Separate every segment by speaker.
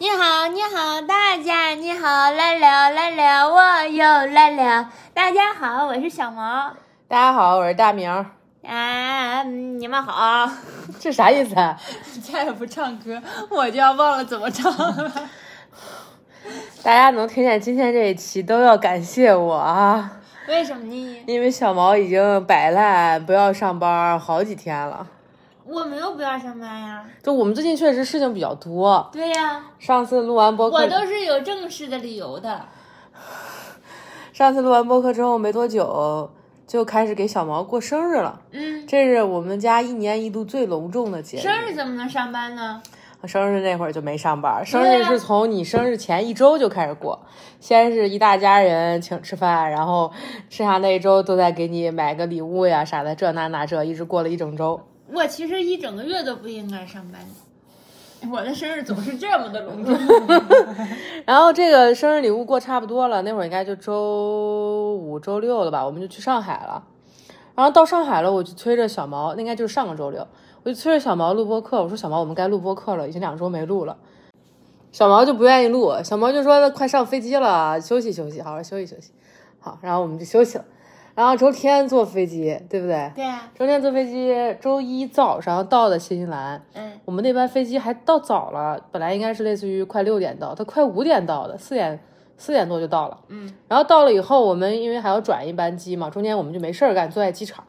Speaker 1: 你好，你好，大家你好，来聊来聊，我又来聊。大家好，我是小毛。
Speaker 2: 大家好，我是大明儿。
Speaker 1: 啊，嗯你们好。
Speaker 2: 这啥意思啊？
Speaker 3: 再也不唱歌， 我就要忘了怎么唱了。
Speaker 2: 大家能听见今天这一期，都要感谢我啊，
Speaker 1: 为什么呢？
Speaker 2: 因为小毛已经摆烂，不要上班好几天了。
Speaker 1: 我没有不要上班呀。
Speaker 2: 就我们最近确实事情比较多，
Speaker 1: 对呀、
Speaker 2: 上次录完播客，
Speaker 3: 我都是有正式的理由的。
Speaker 2: 上次录完播客之后没多久，就开始给小毛过生日了。
Speaker 1: 嗯，
Speaker 2: 这是我们家一年一度最隆重的节日。
Speaker 1: 生日怎么能上班呢？
Speaker 2: 生日那会儿就没上班，生
Speaker 1: 对
Speaker 2: 日
Speaker 1: 啊
Speaker 2: 是从你生日前一周就开始过，先是一大家人请吃饭，然后剩下那一周都在给你买个礼物呀啥的，这那那这，一直过了一整周。
Speaker 1: 我其实一整个月都不应该上班。我的生日总是这么的隆重。
Speaker 2: 然后这个生日礼物过差不多了，那会儿应该就周五、周六了吧，我们就去上海了。然后到上海了，我就催着小毛，那应该就是上个周六，我就催着小毛录播客。我说小毛，我们该录播客了，已经两周没录了。小毛就不愿意录，小毛就说快上飞机了，休息休息，好好休息休息。好，然后我们就休息了。然后周天坐飞机，对不对？
Speaker 1: 对啊呀、
Speaker 2: 周天坐飞机，周一早上到的新西兰，
Speaker 1: 嗯，
Speaker 2: 我们那班飞机还到早了，本来应该是类似于快六点到，他快五点到的，四点四点多就到了。
Speaker 1: 嗯，
Speaker 2: 然后到了以后，我们因为还要转一班机嘛，中间我们就没事儿干，坐在机场，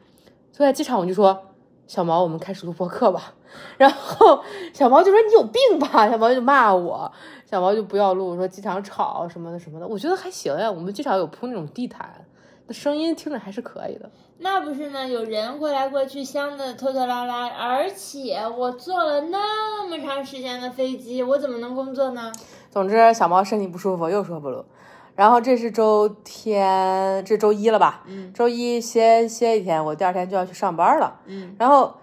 Speaker 2: 坐在机场我就说。小毛，我们开始录播课吧。 然后小毛就说：“你有病吧？” 小毛就骂我，小毛就不要录，说机场吵什么的什么的。我觉得还行呀，我们机场有铺那种地毯，那声音听着还是可以的。
Speaker 1: 那不是呢，有人过来过去，香的拖拖拉拉，而且我坐了那么长时间的飞机，我怎么能工作呢？
Speaker 2: 总之，小猫身体不舒服，又说不录。然后这是周天，这周一了吧？
Speaker 1: 嗯
Speaker 2: 周一歇歇一天，我第二天就要去上班了。
Speaker 1: 嗯，
Speaker 2: 然后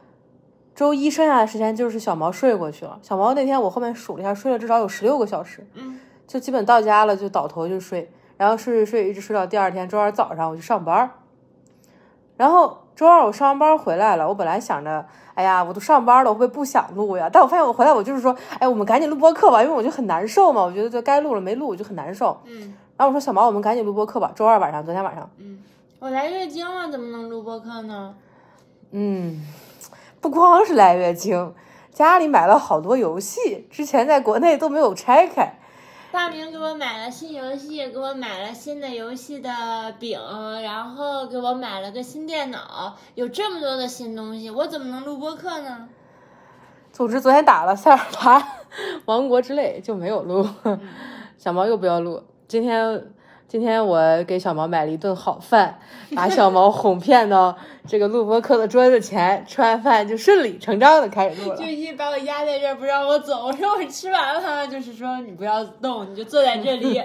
Speaker 2: 周一剩下的时间就是小毛睡过去了。小毛那天我后面数了一下，睡了至少有十六个小时，
Speaker 1: 嗯，
Speaker 2: 就基本到家了就倒头就睡，然后睡睡睡一直睡到第二天周二早上我去上班。然后周二我上完班回来了，我本来想着，哎呀，我都上班了，我会不会不想录呀？但我发现我回来我就是说，哎，我们赶紧录播课吧，因为我就很难受嘛，我觉得就该录了没录我就很难受。
Speaker 1: 嗯
Speaker 2: 然后我说小毛，我们赶紧录播课吧，周二晚上，昨天晚上。
Speaker 1: 嗯，我来月经了，怎么能录播课呢？
Speaker 2: 嗯，不光是来月经，家里买了好多游戏，之前在国内都没有拆开。
Speaker 1: 大明给我买了新游戏，给我买了新的游戏的饼，然后给我买了个新电脑，有这么多的新东西，我怎么能录播课呢？
Speaker 2: 总之，昨天打了塞尔达王国之泪就没有录，小毛又不要录。今天，今天我给小毛买了一顿好饭，把小毛哄骗到这个录播课的桌子前，吃完饭就顺理成章的开始录了
Speaker 3: 就。一把我压在这儿不让我走，我 说我吃完了，就是说你不要动，你就坐在这 里，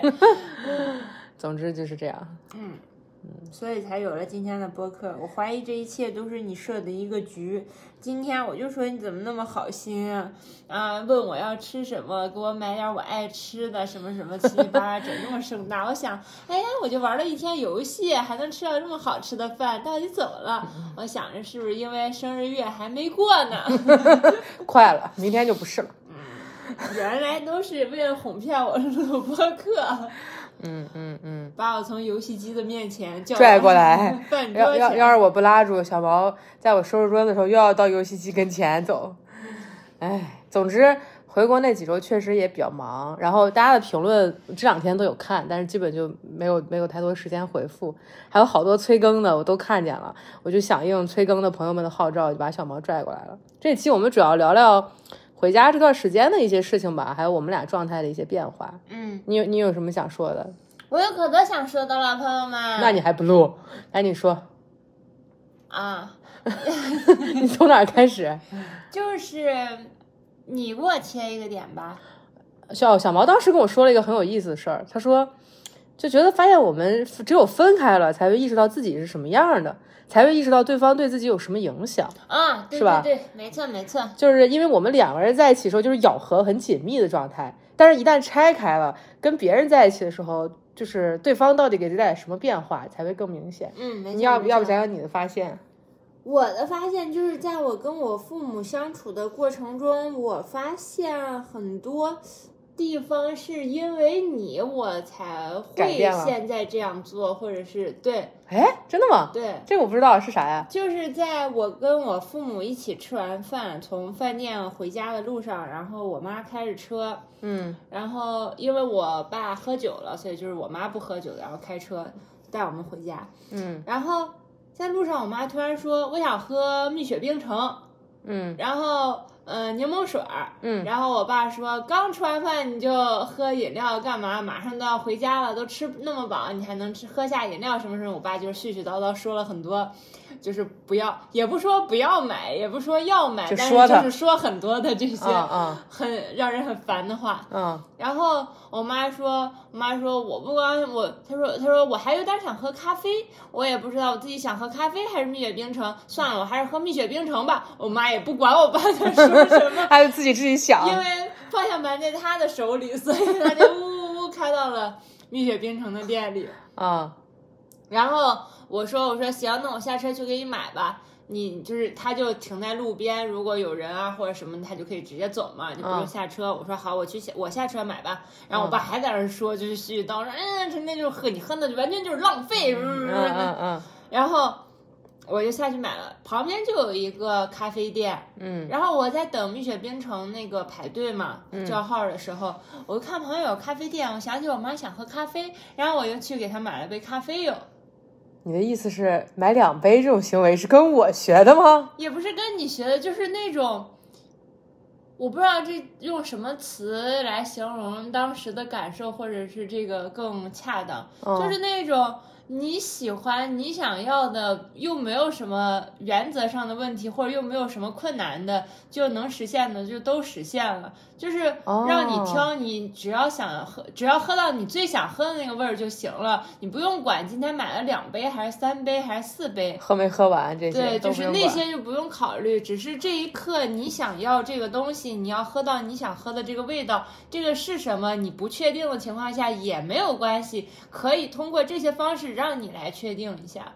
Speaker 2: 总之就是这样。
Speaker 3: 所以才有了今天的播客。我怀疑这一切都是你设的一个局。今天我就说你怎么那么好心啊啊！问我要吃什么，给我买点我爱吃的，什么什么七七八八，整那么盛大。我 想，哎呀，我就玩了一天游戏，还能吃到这么好吃的饭，到底怎么 了？我想着是不是因为生日月还没过呢？
Speaker 2: 快了，明天就不是了。
Speaker 3: 原来都是为了哄骗我录播课，
Speaker 2: 嗯嗯嗯，
Speaker 3: 把我从游戏机的面前叫
Speaker 2: 拽过来
Speaker 3: 饭桌
Speaker 2: 要要
Speaker 3: 前
Speaker 2: 要是我不拉住小毛，在我收拾桌子的时候又要到游戏机跟前走。哎，总之回国那几周确实也比较忙，然后大家的评论这两天都有看，但是基本就没有没有太多时间回复，还有好多催更的我都看见了，我就响应催更的朋友们的号召，就把小毛拽过来了。这期我们主要聊聊回家这段时间的一些事情吧，还有我们俩状态的一些变化。
Speaker 1: 嗯，
Speaker 2: 你有你有什么想说的？
Speaker 1: 我有可多想说的了，朋友们。
Speaker 2: 那你还不录？ 赶紧说，
Speaker 1: 啊，
Speaker 2: 你从哪儿开始？
Speaker 1: 就是你给我切一个点吧。
Speaker 2: 小小毛当时跟我说了一个很有意思的事儿，他说就觉得发现我们只有分开了，才会意识到自己是什么样的，才会意识到对方对自己有什么影响。
Speaker 1: 啊，对
Speaker 2: 是吧
Speaker 1: 对对，没错没错。
Speaker 2: 就是因为我们两个人在一起的时候就是咬合很紧密的状态，但是一旦拆开了，跟别人在一起的时候，就是对方到底给自己带来什么变化才会更明显。
Speaker 1: 嗯，没错。
Speaker 2: 你要不
Speaker 1: 没错
Speaker 2: 要不讲讲你的发现？
Speaker 1: 我的发现就是在我跟我父母相处的过程中，我发现很多地方是因为你我才
Speaker 2: 改
Speaker 1: 会
Speaker 2: 变了
Speaker 1: 现在这样做，或者是对
Speaker 2: 哎，真的吗？
Speaker 1: 对，
Speaker 2: 这个我不知道是啥呀？
Speaker 1: 就是在我跟我父母一起吃完饭，从饭店回家的路上，然后我妈开着车，
Speaker 2: 嗯，
Speaker 1: 然后因为我爸喝酒了，所以就是我妈不喝酒，然后开车带我们回家。
Speaker 2: 嗯
Speaker 1: 然后在路上，我妈突然说：“我想喝蜜雪冰城。”
Speaker 2: 嗯
Speaker 1: 然后呃柠檬水儿，
Speaker 2: 嗯
Speaker 1: 然后我爸说刚吃完饭你就喝饮料干嘛？马上都要回家了，都吃那么饱，你还能吃喝下饮料什么什么？我爸就是絮絮叨叨说了很多，就是不要，也不说不要买，也不说要买，
Speaker 2: 就
Speaker 1: 但
Speaker 2: 说
Speaker 1: 是
Speaker 2: 他
Speaker 1: 就是说很多的这些
Speaker 2: 啊啊
Speaker 1: 很让人很烦的话。
Speaker 2: 嗯，
Speaker 1: 然后我妈说，我妈说我不光我，她说她说我还有点想喝咖啡，我也不知道我自己想喝咖啡还是蜜雪冰城，算了，我还是喝蜜雪冰城吧。我妈也不管我爸在说什么
Speaker 2: 还有自己自己想，
Speaker 1: 因为方向盘在她的手里，所以她就呜呜呜开到了蜜雪冰城的店里。
Speaker 2: 啊
Speaker 1: 然后我说我说行，那我下车去给你买吧。你就是，他就停在路边，如果有人啊或者什么，他就可以直接走嘛，就不用
Speaker 2: 嗯
Speaker 1: 下车。我说好，我去下我下车买吧。然后我爸还在那儿说，就是絮絮叨叨，嗯，成天就是喝，你喝那就完全就是浪费。嗯
Speaker 2: 嗯嗯嗯
Speaker 1: 然后我就下去买了，旁边就有一个咖啡店，
Speaker 2: 嗯嗯
Speaker 1: 然后我在等蜜雪冰城那个排队嘛叫号的时候，我就看旁边有咖啡店，我想起我妈想喝咖啡，然后我就去给她买了杯咖啡哟。
Speaker 2: 你的意思是买两杯这种行为是跟我学的吗？
Speaker 1: 也不是跟你学的，就是那种，我不知道这用什么词来形容当时的感受，或者是这个更恰当，
Speaker 2: 嗯
Speaker 1: 就是那种你喜欢、你想要的，又没有什么原则上的问题，或者又没有什么困难的，就能实现的就都实现了，就是
Speaker 2: 哦
Speaker 1: 让你挑你只要想喝，只要喝到你最想喝的那个味儿就行了，你不用管今天买了两杯还是三杯还是四杯，
Speaker 2: 喝没喝完这些
Speaker 1: 对，
Speaker 2: 都
Speaker 1: 就
Speaker 2: 不
Speaker 1: 是
Speaker 2: 用
Speaker 1: 那
Speaker 2: 管
Speaker 1: 些就不用考虑，只是这一刻你想要这个东西，你要喝到你想喝的这个味道，这个是什么？你不确定的情况下也没有关系，可以通过这些方式让你来确定一下。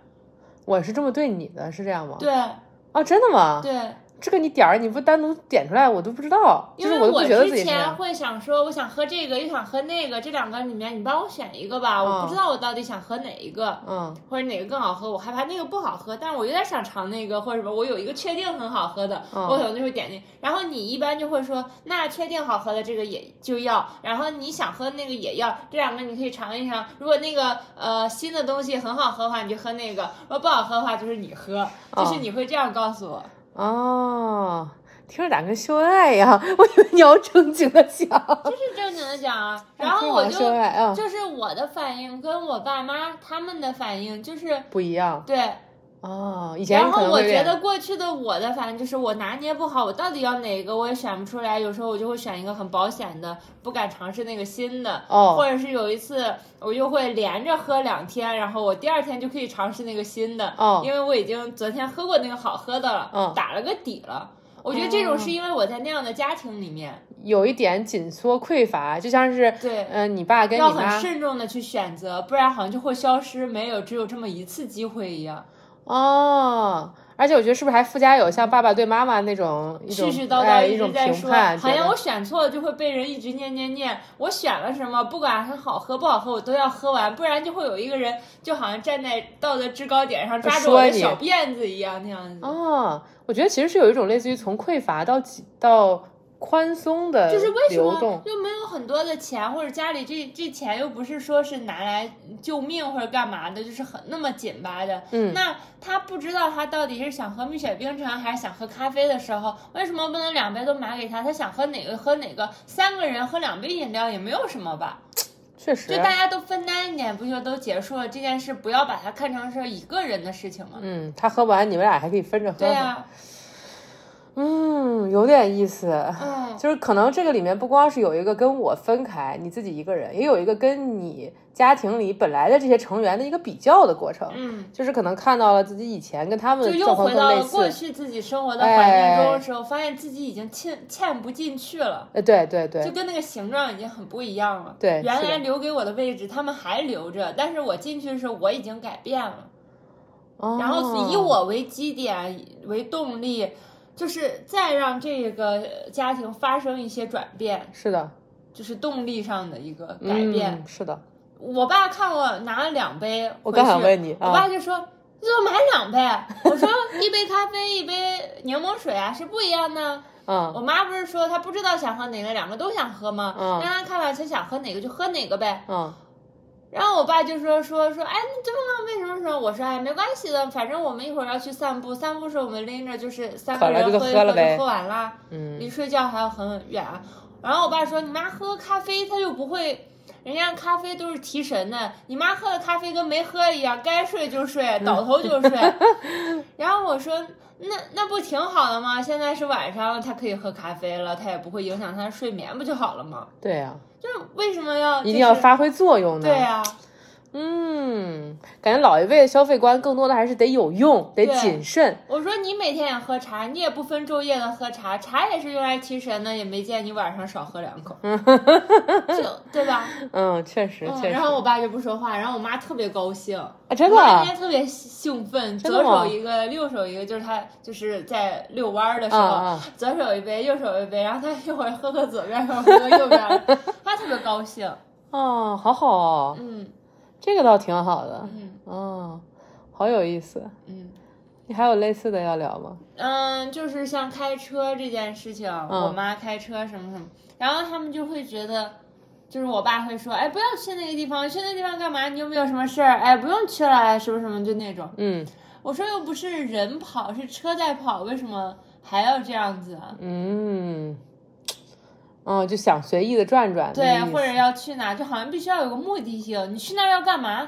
Speaker 2: 我是这么对你的，是这样吗？
Speaker 1: 对
Speaker 2: 啊，真的吗？
Speaker 1: 对，
Speaker 2: 这个你点儿你不单独点出来，我都不知道，就
Speaker 1: 因为
Speaker 2: 是都不觉得自己
Speaker 1: 之
Speaker 2: 是这
Speaker 1: 前
Speaker 2: 样。
Speaker 1: 会想说，我想喝这个，又想喝那个，这两个里面你帮我选一个吧，我
Speaker 2: 嗯
Speaker 1: 不知道我到底想喝哪一个。
Speaker 2: 嗯
Speaker 1: 或者哪个更好喝，我害怕那个不好喝，但是我有点想尝那个，或者什么，我有一个确定很好喝的，
Speaker 2: 嗯
Speaker 1: 我可能就会点那个。然后你一般就会说，那确定好喝的这个也就要，然后你想喝那个也要，这两个你可以尝一尝。如果那个呃新的东西很好喝的话，你就喝那个；如果不好喝的话，就是你喝，就是你会这样告诉我。
Speaker 2: 哦，听着咋跟秀恩爱一样？ 我以为你要正经的讲。
Speaker 1: 这是正经的讲啊，
Speaker 2: 哎
Speaker 1: 然后我就
Speaker 2: 秀恩爱啊，
Speaker 1: 就是我的反应跟我爸妈他们的反应就是
Speaker 2: 不一样
Speaker 1: 对。
Speaker 2: 哦。以前
Speaker 1: 然
Speaker 2: 你可
Speaker 1: 后
Speaker 2: 能
Speaker 1: 我
Speaker 2: 会
Speaker 1: 觉得过去的我的反正就是我拿捏不好，我到底要哪个我也选不出来。有时候我就会选一个很保险的，不敢尝试那个新的。
Speaker 2: 哦
Speaker 1: 或者是有一次我就会连着喝两天，然后我第二天就可以尝试那个新的。
Speaker 2: 哦
Speaker 1: 因为我已经昨天喝过那个好喝的了，
Speaker 2: 嗯
Speaker 1: 打了个底了。我觉得这
Speaker 2: 哦
Speaker 1: 种是因为我在那样的家庭里面，
Speaker 2: 有一点紧缩匮乏，就像是
Speaker 1: 对
Speaker 2: 嗯、呃你爸跟你
Speaker 1: 要很
Speaker 2: 妈
Speaker 1: 慎重的去选择，不然好像就会消失，没有只有这么一次机会一样。
Speaker 2: 哦。而且我觉得是不是还附加有像爸爸对妈妈那种一种
Speaker 1: 絮絮叨
Speaker 2: 哎
Speaker 1: 叨
Speaker 2: 一
Speaker 1: 直
Speaker 2: 种
Speaker 1: 在
Speaker 2: 评
Speaker 1: 说，
Speaker 2: 判，
Speaker 1: 好
Speaker 2: 觉
Speaker 1: 像
Speaker 2: 得
Speaker 1: 我选错了就会被人一直念念念。我选了什么，不管它好喝不好喝，我都要喝完，不然就会有一个人就好像站在道德制高点上抓着我
Speaker 2: 说
Speaker 1: 的
Speaker 2: 你
Speaker 1: 小辫子一样那样子。
Speaker 2: 哦，我觉得其实是有一种类似于从匮乏到几到宽松的
Speaker 1: 就是为什
Speaker 2: 流
Speaker 1: 么
Speaker 2: 动，
Speaker 1: 又没有很多的钱，或者家里这这钱又不是说是拿来救命或者干嘛的，就是很那么紧巴的。
Speaker 2: 嗯
Speaker 1: 那他不知道他到底是想喝蜜雪冰城还是想喝咖啡的时候，为什么不能两杯都买给他？他想喝哪个喝哪个，三个人喝两杯饮料也没有什么吧？
Speaker 2: 确实
Speaker 1: 就大家都分担一点，不就都结束了这件事？不要把它看成是一个人的事情嘛。
Speaker 2: 嗯，他喝不完，你们俩还可以分着喝。
Speaker 1: 对啊呀、
Speaker 2: 嗯，有点意思。
Speaker 1: 嗯，
Speaker 2: 就是可能这个里面不光是有一个跟我分开，你自己一个人，也有一个跟你家庭里本来的这些成员的一个比较的过程。
Speaker 1: 嗯，
Speaker 2: 就是可能看到了自己以前跟他们
Speaker 1: 就
Speaker 2: 的
Speaker 1: 又
Speaker 2: 状况
Speaker 1: 回
Speaker 2: 更
Speaker 1: 到
Speaker 2: 类
Speaker 1: 了过
Speaker 2: 似。哎
Speaker 1: 去自己生活的环境中的时候，发现自己已经嵌嵌不进去了。
Speaker 2: 呃，对对
Speaker 1: 就
Speaker 2: 对，
Speaker 1: 跟那个形状已经很不一样了。
Speaker 2: 对
Speaker 1: 原
Speaker 2: 是的
Speaker 1: 来留给我的位置，他们还留着，但是我进去的时候我已经改变了。然
Speaker 2: 然
Speaker 1: 后以我为基点为动力，就是再让这个家庭发生一些转变。
Speaker 2: 是的，
Speaker 1: 就是动力上的一个改变。
Speaker 2: 嗯、是的，
Speaker 1: 我爸看我拿了两杯，
Speaker 2: 我刚想问你啊
Speaker 1: 我爸就说。你怎么买两杯？我说一杯咖啡，一杯柠檬水啊，是不一样的。
Speaker 2: 嗯，
Speaker 1: 我妈不是说她不知道想喝哪个，两个都想喝吗？
Speaker 2: 嗯
Speaker 1: 那她看完她想喝哪个就喝哪个呗。
Speaker 2: 嗯，
Speaker 1: 然后我爸就说说说，哎，你这么浪费什么什么？我说哎，没关系的，反正我们一会儿要去散步，散步时候我们拎着就是三个
Speaker 2: 好了
Speaker 1: 人
Speaker 2: 就
Speaker 1: 喝一
Speaker 2: 喝了
Speaker 1: 喝
Speaker 2: 呗
Speaker 1: 就喝完啦，
Speaker 2: 嗯
Speaker 1: 离睡觉还要很远啊。然后我爸说，你妈喝咖啡，她又不会。人家咖啡都是提神的，你妈喝的咖啡跟没喝一样，该睡就睡，倒头就睡。 然后我说，那那不挺好的吗？现在是晚上了，她可以喝咖啡了，她也不会影响她的睡眠，不就好了吗？
Speaker 2: 对呀、
Speaker 1: 就是为什么要、
Speaker 2: 一定要？发挥作用呢。
Speaker 1: 对啊呀、
Speaker 2: 嗯，感觉老一辈的消费观更多的还是得有用，得
Speaker 1: 对
Speaker 2: 谨慎。
Speaker 1: 我说你每天也喝茶，你也不分昼夜的喝茶，茶也是用来提神的，也没见你晚上少喝两 口，就对吧？
Speaker 2: 嗯，确实
Speaker 1: 嗯，
Speaker 2: 确实。
Speaker 1: 然后我爸就不说话，然后我妈特别高兴，
Speaker 2: 啊，真的
Speaker 1: 我妈
Speaker 2: 啊
Speaker 1: 那天特别兴奋，
Speaker 2: 真
Speaker 1: 左
Speaker 2: 的
Speaker 1: 手
Speaker 2: 吗
Speaker 1: 一个，右手一个，就是她就是在遛弯儿的时
Speaker 2: 啊
Speaker 1: 候，
Speaker 2: 啊，
Speaker 1: 左手一杯，右手一杯，然后她一会儿喝喝左边，一会儿喝喝右 边，她特别高兴，
Speaker 2: 哦，好好哦，
Speaker 1: 嗯
Speaker 2: 这个倒挺好的。
Speaker 1: 嗯
Speaker 2: 哦，好有意思。
Speaker 1: 嗯。
Speaker 2: 你还有类似的要聊吗？
Speaker 1: 嗯，就是像开车这件事情，我
Speaker 2: 嗯
Speaker 1: 妈开车什么什么，然后他们就会觉得，就是我爸会说，哎，不要去那个地方，去那地方干嘛？你有没有什么事儿？哎，不用去了，哎什么什么，就那种。
Speaker 2: 嗯
Speaker 1: 我说又不是人跑，是车在跑，为什么还要这样子啊？
Speaker 2: 嗯，哦，就想随意的转转那
Speaker 1: 对啊
Speaker 2: 个意，思。
Speaker 1: 或者要去哪，就好像必须要有个目的性。你去那儿要干嘛？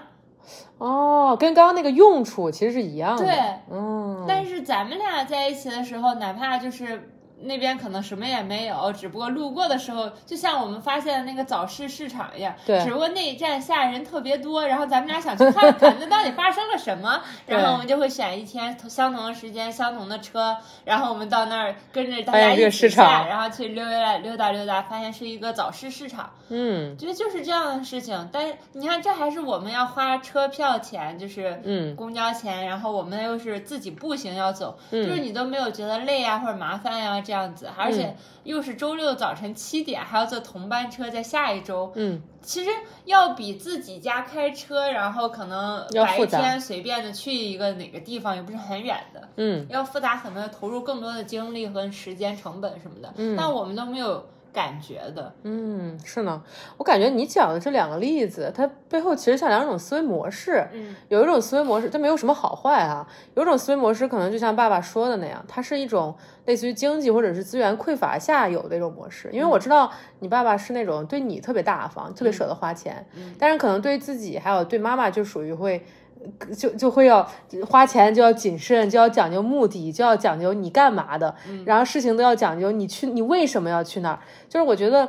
Speaker 2: 哦，跟刚刚那个用处其实是一样的。
Speaker 1: 对，
Speaker 2: 嗯，
Speaker 1: 但是咱们俩在一起的时候，哪怕就是那边可能什么也没有，只不过路过的时候，就像我们发现的那个早市市场一样，
Speaker 2: 对
Speaker 1: 只不过那一站下人特别多，然后咱们俩想去看 看那到底发生了什么，然后我们就会选一天相同的时间、相同的车，然后我们到那儿跟着大
Speaker 2: 发
Speaker 1: 家
Speaker 2: 现这
Speaker 1: 一
Speaker 2: 个
Speaker 1: 起
Speaker 2: 市
Speaker 1: 下，
Speaker 2: 场
Speaker 1: 然后去溜达溜达溜达，发现是一个早市市场。
Speaker 2: 嗯
Speaker 1: 觉得就是这样的事情，但是你看，这还是我们要花车票钱，就是
Speaker 2: 嗯
Speaker 1: 公交钱，然后我们又是自己步行要走，
Speaker 2: 嗯
Speaker 1: 就是你都没有觉得累啊或者麻烦呀、这样子，而且又是周六早晨七点还要坐同班车，在下一周，
Speaker 2: 嗯，
Speaker 1: 其实要比自己家开车，然后可能
Speaker 2: 要
Speaker 1: 白
Speaker 2: 复杂
Speaker 1: 天随便的去一个哪个地方，也不是很远的，
Speaker 2: 嗯，
Speaker 1: 要复杂很多，投入更多的精力和时间成本什么的，但我们都没有感觉的，
Speaker 2: 嗯，是呢。我感觉你讲的这两个例子，它背后其实像两种思维模式。
Speaker 1: 嗯。
Speaker 2: 有一种思维模式，它没有什么好坏啊。有一种思维模式可能就像爸爸说的那样，它是一种类似于经济或者是资源匮乏下有的一种模式。因为我知道你爸爸是那种对你特别大方，特别舍得花钱，
Speaker 1: 嗯
Speaker 2: 但是可能对自己还有对妈妈就属于会。呃就就会要花钱，就要谨慎，就要讲究目的，就要讲究你干嘛的，
Speaker 1: 嗯
Speaker 2: 然后事情都要讲究你去，你为什么要去那儿？就是我觉得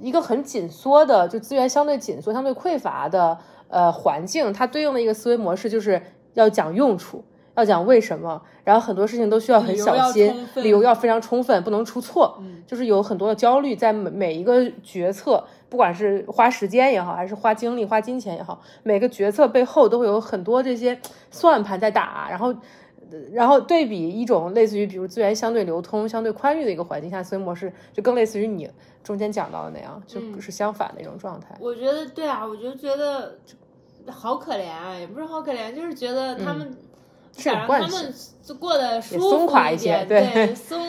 Speaker 2: 一个很紧缩的，就资源相对紧缩、相对匮乏的呃环境，它对应的一个思维模式就是要讲用处，要讲为什么，然后很多事情都需要很
Speaker 1: 理由
Speaker 2: 小
Speaker 1: 要
Speaker 2: 心
Speaker 1: 充，分
Speaker 2: 理由要非常充分，不能出错，
Speaker 1: 嗯
Speaker 2: 就是有很多的焦虑在每每一个决策。不管是花时间也好，还是花精力、花金钱也好，每个决策背后都会有很多这些算盘在打，然后然后对比一种类似于，比如资源相对流通、相对宽裕的一个环境下，思维模式就更类似于你中间讲到的那样，就是相反的一种状态。
Speaker 1: 我觉得对啊，我就觉得好可怜啊，也不是好可怜，就是觉得他们、想让
Speaker 2: 嗯惯
Speaker 1: 他
Speaker 2: 性
Speaker 1: 们就过得舒服
Speaker 2: 松垮一些
Speaker 1: 点，
Speaker 2: 对
Speaker 1: 对松，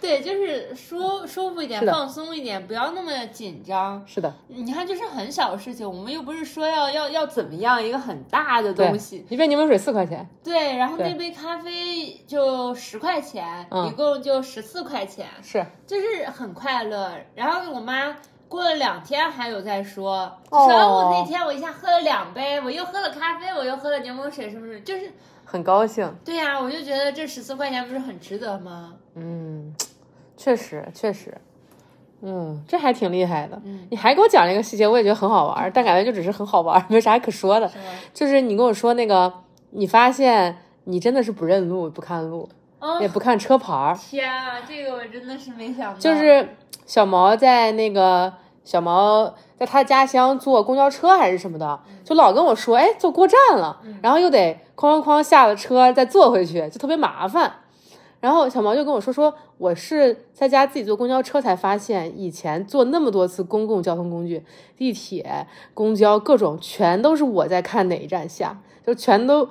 Speaker 1: 对就是舒舒服一点，
Speaker 2: 的
Speaker 1: 放松一点，不要那么紧张。
Speaker 2: 是的，
Speaker 1: 你看，就是很小的事情，我们又不是说要要要怎么样一个很大的
Speaker 2: 对
Speaker 1: 东西，，
Speaker 2: 一杯柠檬水四块钱，
Speaker 1: 对。然后
Speaker 2: 对
Speaker 1: 那杯咖啡就十块钱，
Speaker 2: 嗯
Speaker 1: 一共就十四块钱，
Speaker 2: 是
Speaker 1: 就是很快乐。然后我妈过了两天还有在说，就
Speaker 2: 哦
Speaker 1: 说、啊我那天我一下喝了两杯，我又喝了咖啡，我又喝了柠檬水，是不是？就是
Speaker 2: 很高兴。
Speaker 1: 对呀、我就觉得这十四块钱不是很值得吗？
Speaker 2: 嗯，确实确实，嗯，这还挺厉害的。
Speaker 1: 嗯
Speaker 2: 你还给我讲了一个细节，我也觉得很好玩儿，但感觉就只是很好玩儿，没啥可说的。
Speaker 1: 是吧？
Speaker 2: 就是你跟我说那个，你发现你真的是不认路、不看路，
Speaker 1: 哦
Speaker 2: 也不看车牌儿。
Speaker 1: 天啊，这个我真的是没想到，
Speaker 2: 就是小毛在那个小毛在他家乡坐公交车还是什么的，就老跟我说，哎，坐过站了，然后又得哐哐哐下了车再坐回去，就特别麻烦。然后小毛就跟我说说，我是在家自己坐公交车才发现，以前坐那么多次公共交通工具，地铁、公交各种，全都是我在看哪一站下，就全都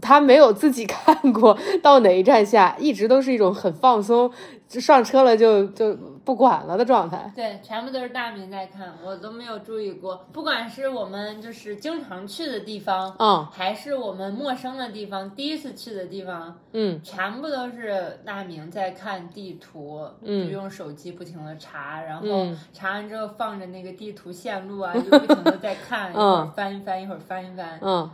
Speaker 2: 他没有自己 看过到哪一站下，一直都是一种很放松，就上车了就就不管了的状态。
Speaker 1: 对，全部都是大明在看，我都没有注意过。不管是我们就是经常去的地方，
Speaker 2: 嗯
Speaker 1: 还是我们陌生的地方，第一次去的地方，
Speaker 2: 嗯，
Speaker 1: 全部都是大明在看地图，
Speaker 2: 嗯
Speaker 1: 就用手机不停的查，然后
Speaker 2: 嗯
Speaker 1: 查完之后放着那个地图线路啊，就 不停的在看，一会儿翻一翻，一会儿翻一翻。
Speaker 2: 嗯，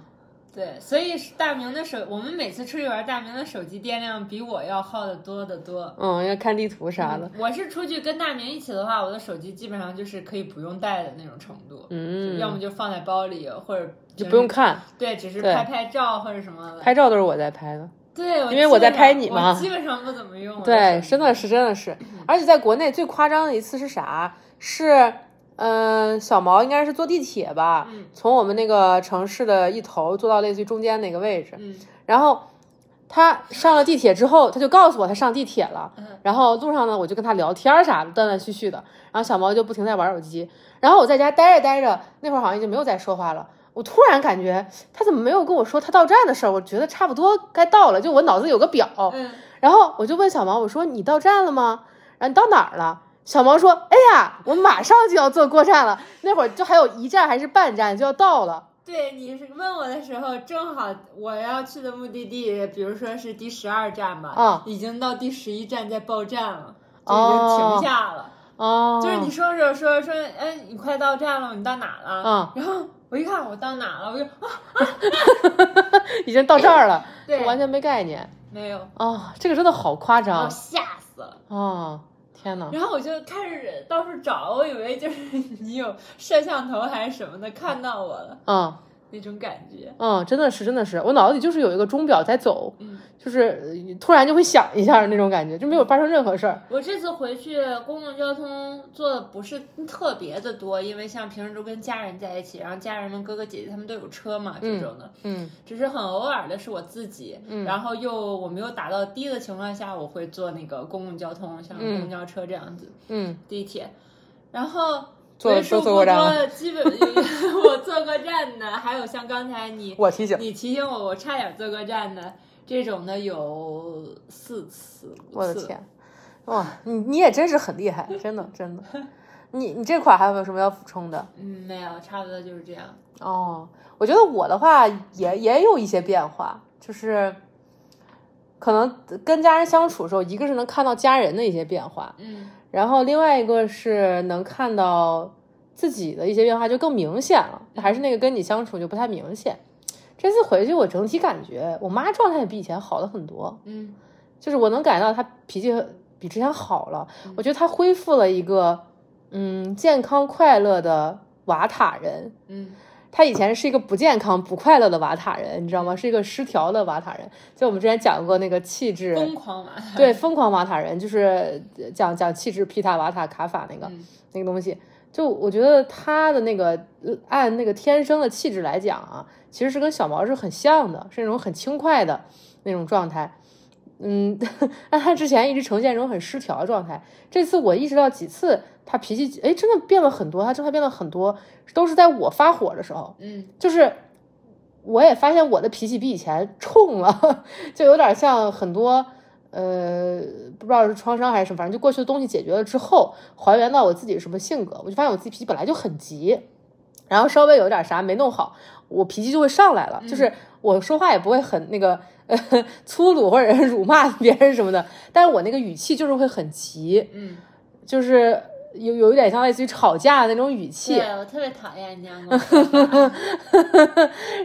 Speaker 1: 对，所以大明的手，我们每次出去玩，大明的手机电量比我要耗的多得多。
Speaker 2: 嗯，要看地图啥的。
Speaker 1: 我是出去跟大明一起的话，我的手机基本上就是可以不用带的那种程度，
Speaker 2: 嗯，
Speaker 1: 要么就放在包里，或者就
Speaker 2: 不用，看，
Speaker 1: 对，只是
Speaker 2: 对
Speaker 1: 拍拍照或者什么的。
Speaker 2: 拍照都是我在拍的。
Speaker 1: 对，我
Speaker 2: 因为我
Speaker 1: 基本
Speaker 2: 在拍
Speaker 1: 上
Speaker 2: 你嘛
Speaker 1: 我基本上不怎么用。
Speaker 2: 对，真的是真的是，而且在国内最夸张的一次是啥？是，嗯、小毛应该是坐地铁吧，
Speaker 1: 嗯
Speaker 2: 从我们那个城市的一头坐到类似于中间那个位置，
Speaker 1: 嗯
Speaker 2: 然后他上了地铁之后，他就告诉我他上地铁了。然后路上呢，我就跟他聊天儿啥的，断断续续的。然后小毛就不停在玩手机。然后我在家待着待着，那会儿好像已经没有再说话了。我突然感觉他怎么没有跟我说他到站的事儿？我觉得差不多该到了，就我脑子有个表。
Speaker 1: 嗯，
Speaker 2: 然后我就问小毛，我说你到站了吗？然后你到哪儿了？小毛说：“哎呀，我马上就要坐过站了， 那会儿就还有一站还是半站就要到了。
Speaker 1: 对，你是问我的时候，正好我要去的目的地，比如说是第十二站吧，
Speaker 2: 啊
Speaker 1: 已经到第十一站在报站了，就已经
Speaker 2: 哦
Speaker 1: 停下了。”
Speaker 2: 哦，
Speaker 1: 就是你说着说着说，哎，你快到站了，你到哪了？
Speaker 2: 嗯
Speaker 1: 然后我一看我到哪了，我就啊，
Speaker 2: 已经到这儿了，
Speaker 1: 对
Speaker 2: 完全没概念
Speaker 1: 没有，
Speaker 2: 啊、这个真的好夸
Speaker 1: 把我
Speaker 2: 张
Speaker 1: 吓死了。
Speaker 2: 哦！天哪，
Speaker 1: 然后我就开始到处找，我以为就是 你有摄像头还是什么的看到我了
Speaker 2: 嗯
Speaker 1: 那种感觉。
Speaker 2: 嗯，真的是真的是，我脑子里就是有一个钟表在走，
Speaker 1: 嗯
Speaker 2: 就是呃突然就会响一下那种感觉，就没有发生任何事儿。
Speaker 1: 我这次回去公共交通坐的不是特别的多，因为像平时都跟家人在一起，然后家人们哥哥姐姐他们都有车嘛，这种的。
Speaker 2: 嗯
Speaker 1: 只是很偶尔的是我自己，然后又我没有打到的的情况下，我会坐那个公共交通，像公交车这样子，
Speaker 2: 嗯，
Speaker 1: 地铁，然后。
Speaker 2: 坐
Speaker 1: 为数
Speaker 2: 都坐
Speaker 1: 不
Speaker 2: 过站
Speaker 1: 多，
Speaker 2: 了
Speaker 1: 基本 我坐过站的，还有像刚才你
Speaker 2: 我提醒，
Speaker 1: 你提醒我，我差点坐过站的这种的有四次，五
Speaker 2: 我的
Speaker 1: 次
Speaker 2: 天，哇，你你也真是很厉害，真的真的。你你这块还有没有什么要补充的？
Speaker 1: 嗯，没有，差不多就是这样。
Speaker 2: 哦，我觉得我的话也也有一些变化，就是可能跟家人相处的时候，一个是能看到家人的一些变化，
Speaker 1: 嗯
Speaker 2: 然后另外一个是能看到自己的一些变化，就更明显了。还是那个跟你相处就不太明显。这次回去，我整体感觉我妈状态比以前好了很多，
Speaker 1: 嗯
Speaker 2: 就是我能感觉到她脾气比之前好了。
Speaker 1: 嗯
Speaker 2: 我觉得她恢复了一个嗯健康快乐的瓦塔人。
Speaker 1: 嗯
Speaker 2: 他以前是一个不健康、不快乐的瓦塔人，你知道吗？是一个失调的瓦塔人。就我们之前讲过那个气质，
Speaker 1: 嗯疯狂啊玩。
Speaker 2: 对疯狂瓦塔人，就是讲讲气质皮塔瓦塔卡法那个、
Speaker 1: 嗯
Speaker 2: 那个东西。就我觉得他的那个呃按那个天生的气质来讲啊，其实是跟小毛是很像的，是那种很轻快的那种状态。嗯， 但他之前一直呈现这种很失调的状态。这次我意识到几次他脾气，哎，真的变了很多，他状态变了很多，都是在我发火的时候。
Speaker 1: 嗯
Speaker 2: 就是我也发现我的脾气比以前冲了， 就有点像很多呃，不知道是创伤还是什么，反正就过去的东西解决了之后，还原到我自己什么性格，我就发现我自己脾气本来就很急，然后稍微有点啥没弄好，我脾气就会上来了，就是我说话也不会很那个。 呃，粗鲁或者是辱骂别人什么的，但是我那个语气就是会很急，
Speaker 1: 嗯，
Speaker 2: 就是有有一点像类似于吵架的那种语气。
Speaker 1: 对我特别讨厌你这样跟我说话。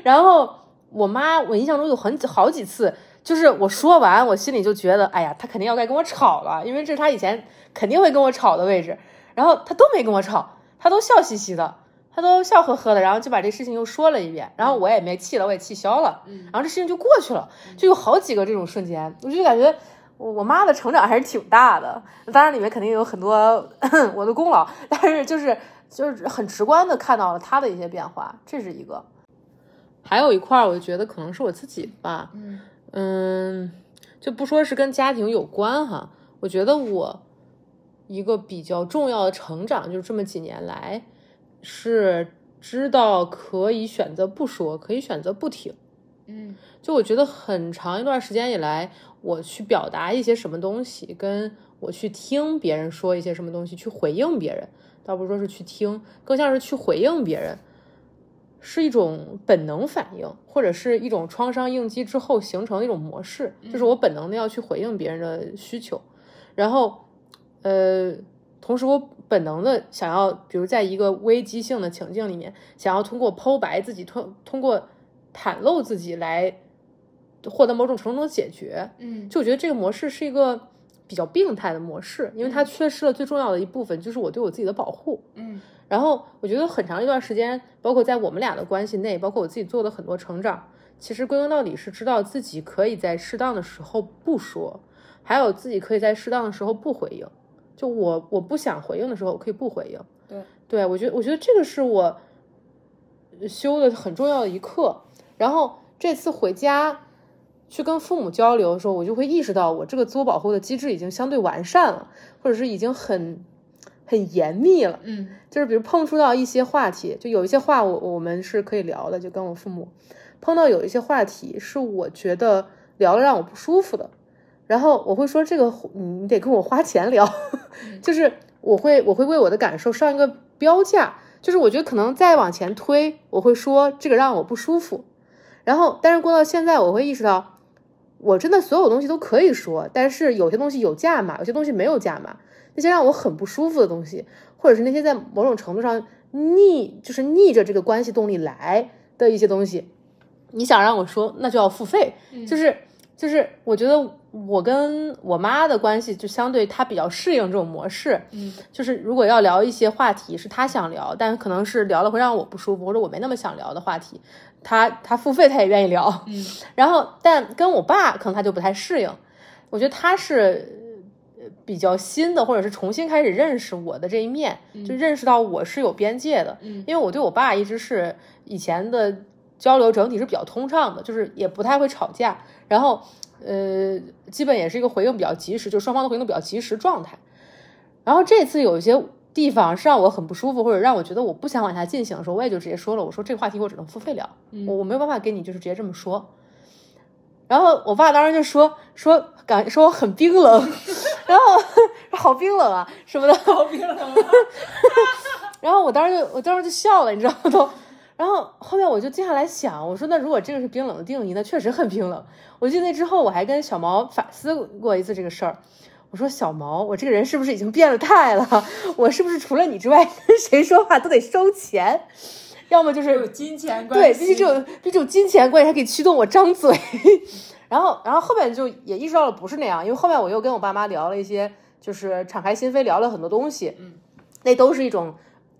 Speaker 2: 然后我妈，我印象中有很好几次，就是我说完，我心里就觉得，哎呀，她肯定要该跟我吵了，因为这是她以前肯定会跟我吵的位置。然后她都没跟我吵，她都笑嘻嘻的，她都笑呵呵的，然后就把这事情又说了一遍，然后我也没气了，我也气消了，
Speaker 1: 嗯
Speaker 2: 然后这事情就过去了，就有好几个这种瞬间，我就感觉。我我妈的成长还是挺大的，当然里面肯定有很多 我的功劳，但是就是就是很直观的看到了她的一些变化，这是一个。还有一块儿，我觉得可能是我自己吧，
Speaker 1: 嗯
Speaker 2: 嗯，就不说是跟家庭有关哈，我觉得我一个比较重要的成长，就是这么几年来是知道可以选择不说，可以选择不听。
Speaker 1: 嗯
Speaker 2: 就我觉得很长一段时间以来，我去表达一些什么东西，跟我去听别人说一些什么东西，去回应别人，倒不是说是去听，更像是去回应别人，是一种本能反应，或者是一种创伤应激之后形成的一种模式，就是我本能的要去回应别人的需求，然后，呃，同时我本能的想要，比如在一个危机性的情境里面，想要通过剖白自己，通通过袒露自己来获得某种程度的解决。
Speaker 1: 嗯
Speaker 2: 就我觉得这个模式是一个比较病态的模式，因为它缺失了最重要的一部分，就是我对我自己的保护。
Speaker 1: 嗯
Speaker 2: 然后我觉得很长一段时间，包括在我们俩的关系内，包括我自己做的很多成长，其实归根到底是知道自己可以在适当的时候不说，还有自己可以在适当的时候不回应。就我我不想回应的时候，我可以不回应。
Speaker 3: 对，
Speaker 2: 对我觉得我觉得这个是我修的很重要的一课。然后这次回家去跟父母交流的时候，我就会意识到我这个自我保护的机制已经相对完善了，或者是已经很很严密了。
Speaker 1: 嗯
Speaker 2: 就是比如碰触到一些话题，就有一些话我我们是可以聊的，就跟我父母碰到有一些话题是我觉得聊了让我不舒服的，然后我会说这个你得跟我花钱聊， 就是我会我会为我的感受上一个标价，就是我觉得可能再往前推，我会说这个让我不舒服，然后但是过到现在，我会意识到。我真的所有东西都可以说，但是有些东西有价码，有些东西没有价码。那些让我很不舒服的东西，或者是那些在某种程度上逆，就是逆着这个关系动力来的一些东西，你想让我说，那就要付费。
Speaker 1: 嗯
Speaker 2: 就是就是，我觉得我跟我妈的关系就相对她比较适应这种模式。
Speaker 1: 嗯，
Speaker 2: 就是如果要聊一些话题是她想聊，但可能是聊了会让我不舒服，或者我没那么想聊的话题，她她付费她也愿意聊。
Speaker 1: 嗯，
Speaker 2: 然后但跟我爸可能他就不太适应，我觉得他是呃比较新的，或者是重新开始认识我的这一面，就认识到我是有边界的，
Speaker 1: 嗯
Speaker 2: 因为我对我爸一直是以前的交流整体是比较通畅的，就是也不太会吵架，然后呃，基本也是一个回应比较及时，就双方的回应都比较及时状态。然后这次有一些地方是让我很不舒服，或者让我觉得我不想往下进行的时候，我也就直接说了，我说这个话题我只能付费聊，我我没有办法跟你就是直接这么说。然后我爸当时就说说感说我很冰冷， 然后好冰冷啊什么的，
Speaker 1: 好冰 冷啊，
Speaker 2: 然后我当时就我当时就笑了，你知道吗？ 都。然后后面我就静下来想，我说那如果这个是冰冷的定义，那确实很冰冷。我记得那之后我还跟小毛反思过一次这个事儿，我说小毛，我这个人是不是已经变了态了？ 我是不是除了你之外跟谁说话都得收钱？要么就是
Speaker 3: 有金钱
Speaker 2: 对，
Speaker 3: 关
Speaker 2: 毕竟
Speaker 3: 系，
Speaker 2: 这种这种金钱关系还可以驱动我张嘴。 然后，然后后面就也意识到了不是那样，因为后面我又跟我爸妈聊了一些，就是敞开心扉聊了很多东西，
Speaker 1: 嗯，
Speaker 2: 那都是一种。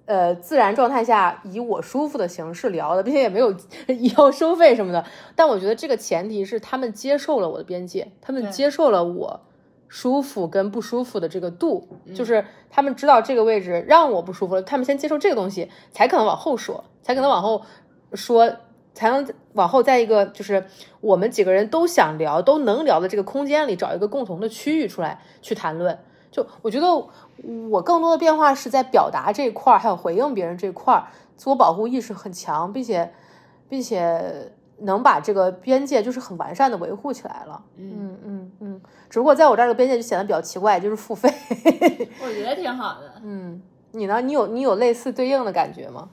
Speaker 2: 呃，自然状态下以我舒服的形式聊的，并且也没有 要收费什么的。但我觉得这个前提是他们接受了我的边界，他们
Speaker 1: 对
Speaker 2: 接受了我舒服跟不舒服的这个度，
Speaker 3: 嗯
Speaker 2: 就是他们知道这个位置让我不舒服了，他们先接受这个东西，才可能往后说，才可能往后说，才能往后在一个就是我们几个人都想聊、都能聊的这个空间里找一个共同的区域出来去谈论。就我觉得我更多的变化是在表达这一块儿，还有回应别人这一块儿，自我保护意识很强，并且并且能把这个边界就是很完善的维护起来了。嗯嗯嗯，只不过在我这儿的边界就显得比较奇怪，就是付费。
Speaker 1: 我觉得挺好的。
Speaker 2: 嗯，你呢？你有你有类似对应的感觉吗？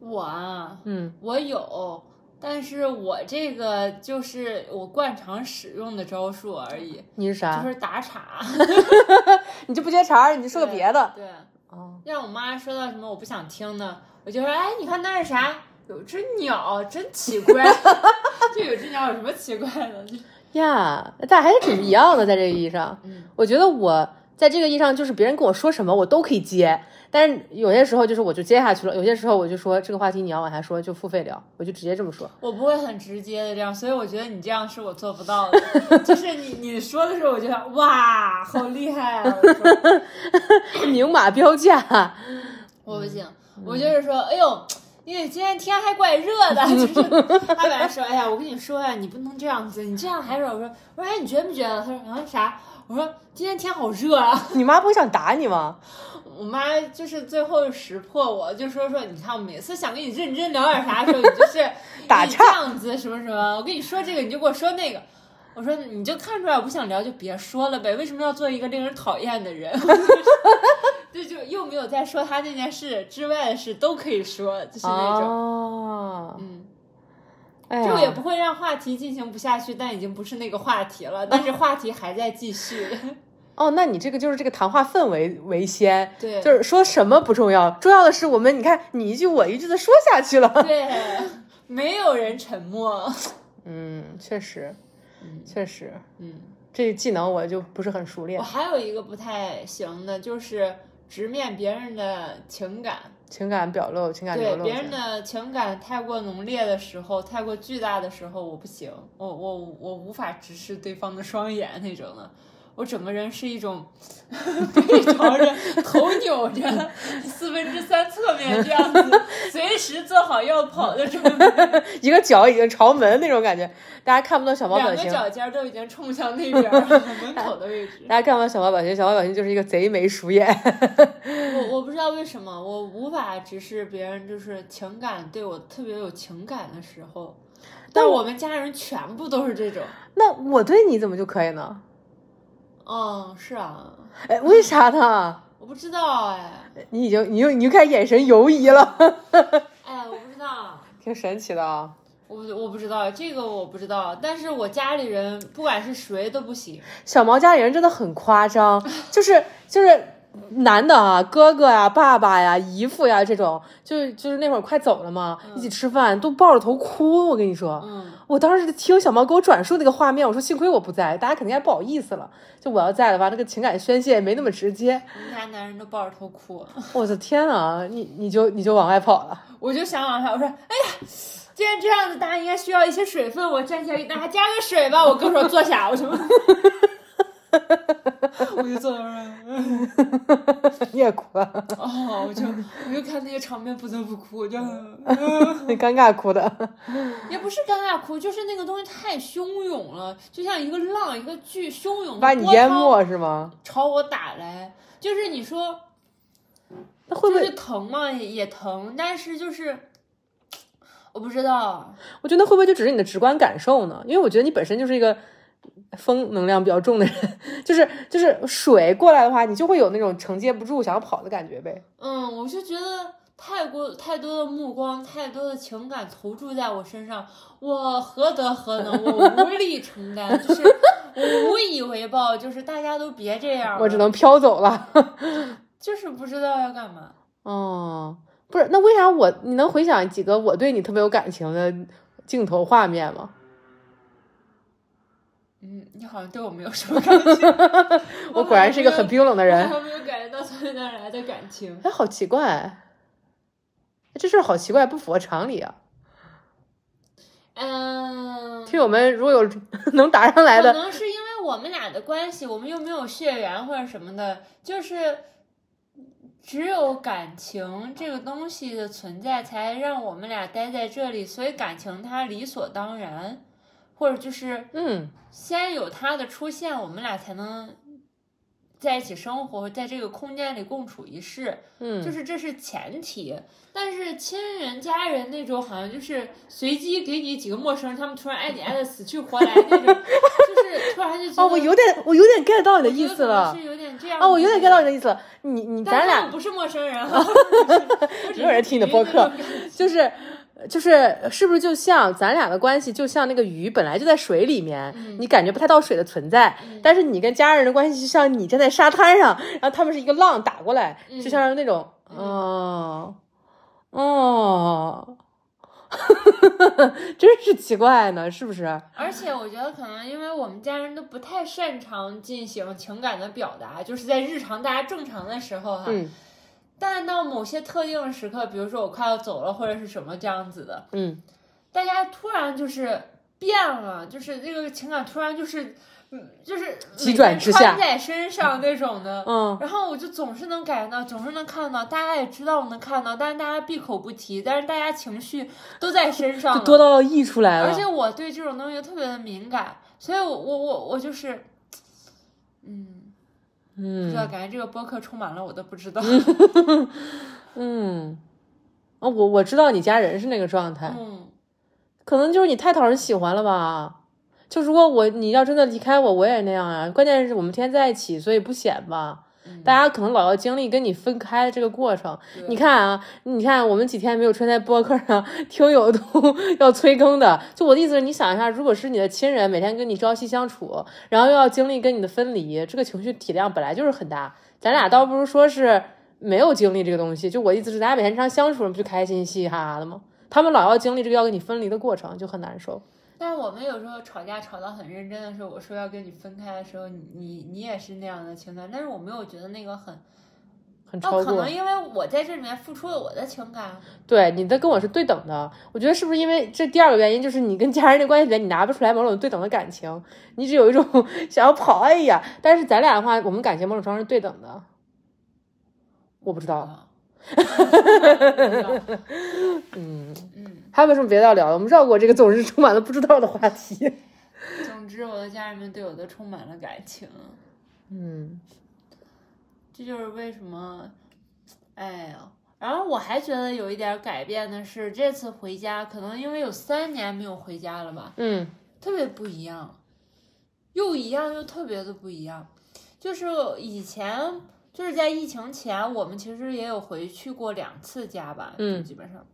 Speaker 1: 我啊，
Speaker 2: 嗯
Speaker 1: 我有，但是我这个就是我惯常使用的招数而已，
Speaker 2: 你是啥？
Speaker 1: 就是打 岔。
Speaker 2: 你就不接茬儿，你就说个
Speaker 1: 对
Speaker 2: 别的。
Speaker 1: 对，
Speaker 2: 哦，
Speaker 1: 让我妈说到什么我不想听的，我就说，哎，你看那是啥？有只鸟，真奇怪。就有只鸟有什么奇怪的？就
Speaker 2: 呀，但还是挺不一样的，在这个意义上，
Speaker 1: 嗯
Speaker 2: 我觉得我在这个意义上，就是别人跟我说什么，我都可以接。但是有些时候就是我就接下去了，有些时候我就说这个话题你要往下说就付费聊，我就直接这么说。
Speaker 1: 我不会很直接的这样，所以我觉得你这样是我做不到的。 就是你你说的时候，我就想，哇，好厉害啊！我说
Speaker 2: 明码标价，
Speaker 1: 我不行，我就是说，哎呦，因为今天天还怪热的， 就是他本来说，哎呀，我跟你说呀、你不能这样子，你这样还是我说，我说哎，你觉不觉得？他说啊啥？我说今天天好热啊！
Speaker 2: 你妈不会想打你吗？
Speaker 1: 我妈就是最后识破我，就说说，你看我每次想跟你认真聊点啥的时候，你就是
Speaker 2: 打
Speaker 1: 你
Speaker 2: 岔
Speaker 1: 这样子什么什么，我跟你说这个你就给我说那个。我说你就看出来我不想聊就别说了呗，为什么要做一个令人讨厌的人？ 这就又没有在说他这件事之外的事都可以说， 就是那种，
Speaker 2: 哦，
Speaker 1: 嗯，
Speaker 2: 哎
Speaker 1: 就也
Speaker 2: 呀，
Speaker 1: 不会让话题进行不下去，但已经不是那个话题了，但是话题还在继续。
Speaker 2: 哦，那你这个就是这个谈话氛围为先，
Speaker 1: 对
Speaker 2: 就是说什么不重要，重要的是我们，你看你一句我一句的说下去了。
Speaker 1: 对，没有人沉默。
Speaker 2: 嗯，确实，
Speaker 1: 嗯
Speaker 2: 确实，
Speaker 1: 嗯。
Speaker 2: 这技能我就不是很熟练
Speaker 1: 我，还有一个不太行的，就是直面别人的情感，
Speaker 2: 情感表露、情感流
Speaker 1: 对
Speaker 2: 露这
Speaker 1: 别
Speaker 2: 样，
Speaker 1: 人的情感太过浓烈的时候，太过巨大的时候，我不行，我我我无法直视对方的双眼那种的。我整个人是一种 背朝着、头扭着、四分之三侧面这样子，随时做好要跑的准备，
Speaker 2: 一个脚已经朝门那种感觉，大家看不到小猫
Speaker 1: 两
Speaker 2: 表
Speaker 1: 个
Speaker 2: 情，
Speaker 1: 脚尖儿都已经冲向那边儿了门口的位置。
Speaker 2: 大家看不到小猫表情，小猫表情就是一个贼眉鼠眼。
Speaker 1: 我我不知道为什么，我无法直视别人就是情感对我特别有情感的时候，但我们家人全部都是这种。
Speaker 2: 那我对你怎么就可以呢？
Speaker 1: 嗯，是啊，
Speaker 2: 哎，为啥呢？
Speaker 1: 我不知道哎，
Speaker 2: 你已经，你又，你又开始眼神游移了，
Speaker 1: 哎，我不知道。
Speaker 2: 挺神奇的啊！
Speaker 1: 我不我不知道这个我不知道，但是我家里人不管是谁都不行，
Speaker 2: 小毛家里人真的很夸张，就是就是男的啊，哥哥呀、爸爸呀、姨父呀这种，就是就是那会儿快走了嘛，一起吃饭都抱着头哭。我跟你说，
Speaker 1: 嗯，
Speaker 2: 我当时听小毛给我转述那个画面，我说幸亏我不在，大家肯定还不好意思了。就我要在的话，那个情感宣泄也没那么直接。
Speaker 1: 我们家男人都抱着头哭，
Speaker 2: 我的天啊，你你就你就往外跑了。
Speaker 1: 我就想往下，我说，哎呀，既然这样子，大家应该需要一些水分，我站起来给大家加个水吧。我哥说坐下，我什么， 我就坐那儿嗯了。
Speaker 2: 你也哭了，
Speaker 1: 哦，我就我就看那些场面不得不哭，我就、
Speaker 2: 嗯你尴尬哭的。
Speaker 1: 也不是尴尬哭，就是那个东西太汹涌了，就像一个浪，一个巨汹涌的
Speaker 2: 把你
Speaker 1: 波
Speaker 2: 淹
Speaker 1: 涛
Speaker 2: 没是吗？
Speaker 1: 朝我打来，就是你说
Speaker 2: 那会不
Speaker 1: 就
Speaker 2: 会
Speaker 1: 是？疼嘛，也也疼，但是就是我不知道，
Speaker 2: 我觉得那会不会就只是你的直观感受呢？因为我觉得你本身就是一个风能量比较重的人， 就是就是水过来的话，你就会有那种承接不住想要跑的感觉呗。
Speaker 1: 嗯，我就觉得太过太多的目光，太多的情感投注在我身上，我何德何能，我无力承担，就是我无以为报，就是大家都别这样了，
Speaker 2: 我只能飘走了。
Speaker 1: 就是不知道要干嘛。
Speaker 2: 哦，不是，那为啥我你能回想几个我对你特别有感情的镜头画面吗？
Speaker 1: 嗯，你好像对我没有什么感 觉，
Speaker 2: 我果然是一个很冰冷的
Speaker 1: 我
Speaker 2: 人。
Speaker 1: 还没有感觉到从那儿来的感情。
Speaker 2: 哎，好奇怪，这事儿好奇怪，不符合常理啊！
Speaker 1: 嗯，
Speaker 2: 听友们如果有 能答上来
Speaker 1: 可
Speaker 2: 的，
Speaker 1: 能是因为我们俩的关系，我们又没有血缘或者什么的，就是只有感情这个东西的存在，才让我们俩待在这里，所以感情它理所当然，或者就是
Speaker 2: 嗯，
Speaker 1: 先有它的出现，我们俩才能在一起生活，在这个空间里共处一室。
Speaker 2: 嗯，
Speaker 1: 就是这是前提，但是亲人、家人那种好像就是随机给你几个陌生人，他们突然爱你爱的死去活来那种，就是突然就觉得
Speaker 2: 哦，我有点，我有点 get 到你的
Speaker 1: 我觉
Speaker 2: 意
Speaker 1: 得
Speaker 2: 思
Speaker 1: 可能
Speaker 2: 了
Speaker 1: 是。有点这样
Speaker 2: 啊，我有点 get 到你
Speaker 1: 的
Speaker 2: 的意思了。你你
Speaker 1: 意思，但
Speaker 2: 咱
Speaker 1: 他们
Speaker 2: 俩
Speaker 1: 不是陌生人 啊，
Speaker 2: 没有人听你的播客，就是就是是不是就像咱俩的关系，就像那个鱼本来就在水里面，
Speaker 1: 嗯
Speaker 2: 你感觉不太到水的存在，但是你跟家人的关系就像你站在沙滩上，然后他们是一个浪打过来，
Speaker 1: 嗯
Speaker 2: 就像那种哦哦， 真是奇怪呢，是不是？
Speaker 1: 而且我觉得可能因为我们家人都不太擅长进行情感的表达，就是在日常大家正常的时候哈、
Speaker 2: 嗯
Speaker 1: 但到某些特定的时刻，比如说我快要走了或者是什么这样子的，
Speaker 2: 嗯，
Speaker 1: 大家突然就是变了，就是这个情感突然就是，嗯，就是
Speaker 2: 急转直下
Speaker 1: 每天穿在身上那种的。
Speaker 2: 嗯
Speaker 1: 然后我就总是能感觉到，总是能看到，大家也知道我能看到，但是大家闭口不提，但是大家情绪都在身上了
Speaker 2: 多到要溢出来了。
Speaker 1: 而且我对这种东西特别的敏感，所以我我我我就是嗯，不知道，
Speaker 2: 嗯
Speaker 1: 感觉这个播客充满了我都不知道。
Speaker 2: 嗯，哦，我我知道你家人是那个状态，
Speaker 1: 嗯，
Speaker 2: 可能就是你太讨人喜欢了吧。就如果我你要真的离开我，我也那样啊。关键是我们天天在一起，所以不显吧。大家可能老要经历跟你分开的这个过程。
Speaker 1: 对
Speaker 2: 你看啊，你看我们几天没有出现在播客上，听友都 要催更的。就我的意思是，你想一下，如果是你的亲人每天跟你朝夕相处，然后又要经历跟你的分离，这个情绪体量本来就是很大。咱俩倒不如说是没有经历这个东西。就我的意思是，咱俩每天这样相处，不就开心嘻嘻哈哈的吗？他们老要经历这个要跟你分离的过程，就很难受。
Speaker 1: 但是我们有时候吵架吵到很认真的时候，我说要跟你分开的时候，你你你也是那样的情感，但是我没有觉得那个很，
Speaker 2: 很
Speaker 1: 哦，
Speaker 2: 超
Speaker 1: 可
Speaker 2: 过
Speaker 1: 能，因为我在这里面付出了我的情感，啊
Speaker 2: 对你的跟我是对等的，我觉得是不是因为这第二个原因就是你跟家人的关系里面你拿不出来某种对等的感情，你只有一种 想要跑哎呀，但是咱俩的话，我们感情某种程度上是对等的，我不知道，
Speaker 1: 啊，嗯嗯，
Speaker 2: 还有没有什么别的要聊的？我们绕过这个总是充满了不知道的话 题。
Speaker 1: 总之我的家人们对我都充满了感情，
Speaker 2: 嗯
Speaker 1: 这就是为什么，哎呀。然后我还觉得有一点改变的是，这次回家可能因为有三年没有回家了吧，
Speaker 2: 嗯
Speaker 1: 特别不一样，又一样又特别的不一样。就是以前就是在疫情前，我们其实也有回去过两次家吧，
Speaker 2: 嗯
Speaker 1: 就基本上，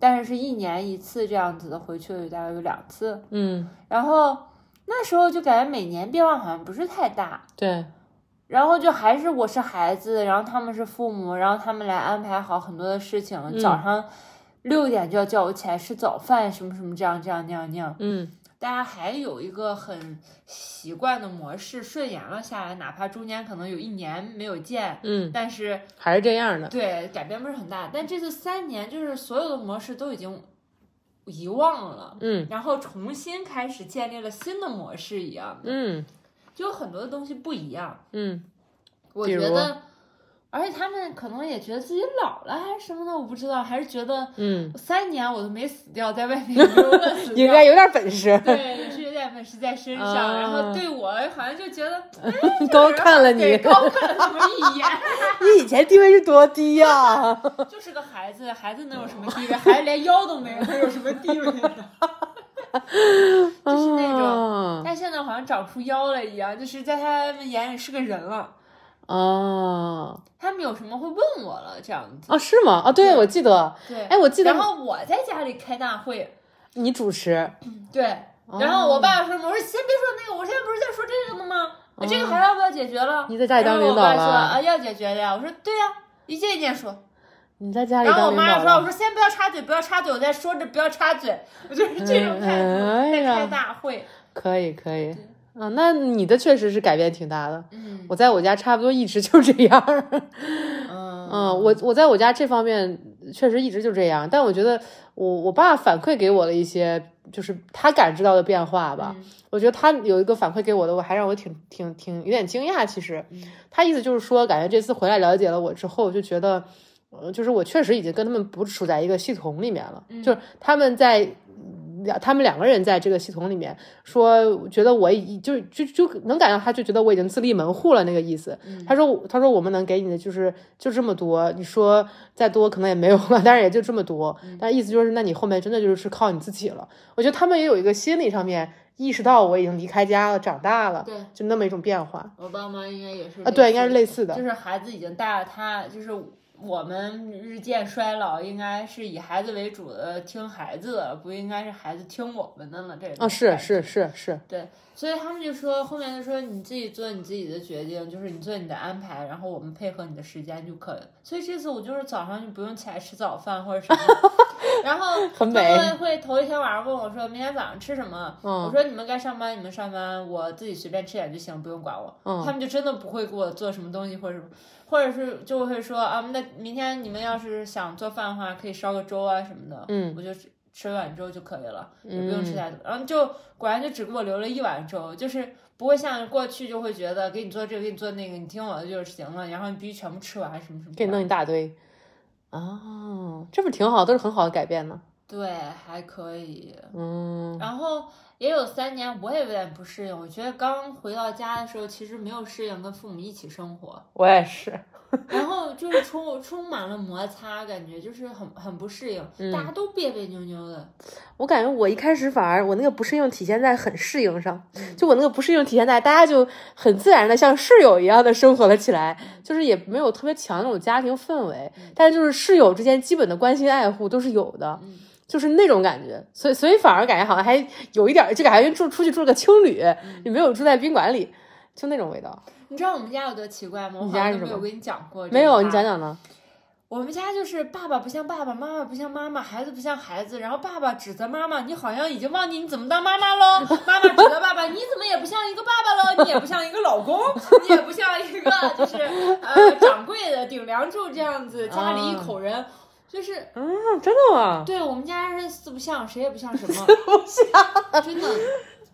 Speaker 1: 但是是一年一次这样子的回去，大概有两次。
Speaker 2: 嗯，
Speaker 1: 然后那时候就感觉每年变化好像不是太大，
Speaker 2: 对，
Speaker 1: 然后就还是我是孩子，然后他们是父母，然后他们来安排好很多的事情，早上六点就要叫我起来吃早饭，什么什么这样这样那样那样。
Speaker 2: 嗯
Speaker 1: 大家还有一个很习惯的模式顺延了下来，哪怕中间可能有一年没有见，
Speaker 2: 嗯，
Speaker 1: 但是
Speaker 2: 还是这样的。
Speaker 1: 对改变不是很大。但这次三年，就是所有的模式都已经遗忘了，
Speaker 2: 嗯
Speaker 1: 然后重新开始建立了新的模式一样的，
Speaker 2: 嗯
Speaker 1: 就有很多的东西不一样。
Speaker 2: 嗯，
Speaker 1: 我觉
Speaker 2: 比如
Speaker 1: 得，而且他们可能也觉得自己老了还是什么的，我不知道，还是觉得
Speaker 2: 嗯，
Speaker 1: 三年我都没死掉，在外 面也没有饿死掉
Speaker 2: 应该有点本 事，
Speaker 1: 对， 也是有点本事在身上，
Speaker 2: 啊
Speaker 1: 然后对我好像就觉 得
Speaker 2: 高看了你，
Speaker 1: 对高看了我一眼，
Speaker 2: 你以前地位是多低呀、
Speaker 1: 就是个孩子，孩子能有什么地位？孩子连腰都没有，能有什么地位呢？ 就是那种，
Speaker 2: 啊
Speaker 1: 但现在好像长出腰了一样，就是在他们眼里是个人了。
Speaker 2: 啊
Speaker 1: 他们有什么会问我了，这样子。
Speaker 2: 啊，是吗？啊，对，我记得，
Speaker 1: 对，
Speaker 2: 哎，我记得
Speaker 1: 然后我在家里开大会，
Speaker 2: 你主持，
Speaker 1: 对。
Speaker 2: 哦
Speaker 1: 然后我爸说：“我说先别说那个，我现在不是在说这个呢吗？这个还要不要解决了？”
Speaker 2: 哦你在家里当
Speaker 1: 然
Speaker 2: 领导
Speaker 1: 后我爸说：“
Speaker 2: 了
Speaker 1: 啊，要解决的呀。”我说：“对呀、一件一件说。
Speaker 2: 你在家”里
Speaker 1: 然后我
Speaker 2: 当领导
Speaker 1: 妈说：“我
Speaker 2: 了，
Speaker 1: 说先不要插嘴，不要插嘴，我在说着不要插嘴。”我就是这种态
Speaker 2: 哎
Speaker 1: 度，在
Speaker 2: 呀
Speaker 1: 开大会。
Speaker 2: 可以可以，啊，那你的确实是改变挺大的。
Speaker 1: 嗯
Speaker 2: 我在我家差不多一直就这样儿，
Speaker 1: 嗯
Speaker 2: 嗯，我我在我家这方面确实一直就这样，但我觉得我我爸反馈给我了一些，就是他感知到的变化吧。
Speaker 1: 嗯
Speaker 2: 我觉得他有一个反馈给我的，我还让我挺挺挺有点惊讶。其实，他意思就是说，感觉这次回来了解了我之后，就觉得，呃，就是我确实已经跟他们不处在一个系统里面了，就是他们在。两他们两个人在这个系统里面说，觉得我已就就就能感到，他就觉得我已经自立门户了那个意思。
Speaker 1: 嗯
Speaker 2: 他说他说我们能给你的就是就这么多，你说再多可能也没有了，但是也就这么多。
Speaker 1: 嗯
Speaker 2: 但意思就是，那你后面真的就是靠你自己了。我觉得他们也有一个心理上面意识到我已经离开家了，长大了，
Speaker 1: 对，
Speaker 2: 就那么一种变化
Speaker 1: 我爸妈应该也是
Speaker 2: 啊，对，应该是类似的，
Speaker 1: 就是孩子已经大了，他就是我们日渐衰老，应该是以孩子为主的听孩子的，不应该是孩子听我们的了。这种
Speaker 2: 啊，是
Speaker 1: 感觉
Speaker 2: 是是是，
Speaker 1: 对，所以他们就说后面就说你自己做你自己的决定，就是你做你的安排，然后我们配合你的时间就可以了。所以这次我就是早上就不用起来吃早饭或者什 么，然后
Speaker 2: 很
Speaker 1: 他
Speaker 2: 美嗯
Speaker 1: 们会头一天晚上问我说明天早上吃什么，我说你们该上班你们上班，我自己随便吃点就行，不用管我。
Speaker 2: 嗯
Speaker 1: 他们就真的不会给我做什么东西或者什么，或者是就会说啊，那明天你们要是想做饭的话，可以烧个粥啊什么的，
Speaker 2: 嗯
Speaker 1: 我就吃吃碗粥就可以了，也不用吃太多。然后就果然就只给我留了一碗粥，就是不会像过去就会觉得给你做这个给你做那个，你听我的就行了，然后你必须全部吃完什么什么这
Speaker 2: 给
Speaker 1: 样。
Speaker 2: 你弄一大堆，哦啊，这不挺好，都是很好的改变呢，
Speaker 1: 对，还可以。
Speaker 2: 嗯
Speaker 1: 然后也有三年，我也有点不适应。我觉得刚回到家的时候，其实没有适应跟父母一起生活，
Speaker 2: 我也是，
Speaker 1: 然后就是充充满了摩擦，感觉就是很很不适应，
Speaker 2: 嗯
Speaker 1: 大家都别别扭扭的。
Speaker 2: 我感觉我一开始反而我那个不适应体现在很适应上，
Speaker 1: 嗯
Speaker 2: 就我那个不适应体现在大家就很自然的像室友一样的生活了起来，
Speaker 1: 嗯
Speaker 2: 就是也没有特别强那种家庭氛围，但是就是室友之间基本的关心爱护都是有的
Speaker 1: 嗯，
Speaker 2: 就是那种感觉，所以所以反而感觉好像还有一点儿，就感觉住出去住了个青旅，
Speaker 1: 嗯
Speaker 2: 也没有住在宾馆里，就那种味道。
Speaker 1: 你知道我们家有多奇怪吗？我
Speaker 2: 你
Speaker 1: 好
Speaker 2: 家
Speaker 1: 像
Speaker 2: 是
Speaker 1: 都没
Speaker 2: 什
Speaker 1: 有
Speaker 2: 么
Speaker 1: 跟你讲过。
Speaker 2: 没有，你讲。讲呢？
Speaker 1: 我们家就是爸爸不像爸爸，妈妈不像妈妈，孩子不像孩子，然后爸爸指责妈妈，你好像已经忘记你怎么当妈妈 喽；妈妈指责爸爸，你怎么也不像一个爸爸喽，你也不像一个老公，你也不像一 个就是呃掌柜的顶梁柱这样子，家里一口人，就是
Speaker 2: 嗯，真的吗？
Speaker 1: 对我们家是四不像，谁也不像什么，
Speaker 2: 不像，
Speaker 1: 真的，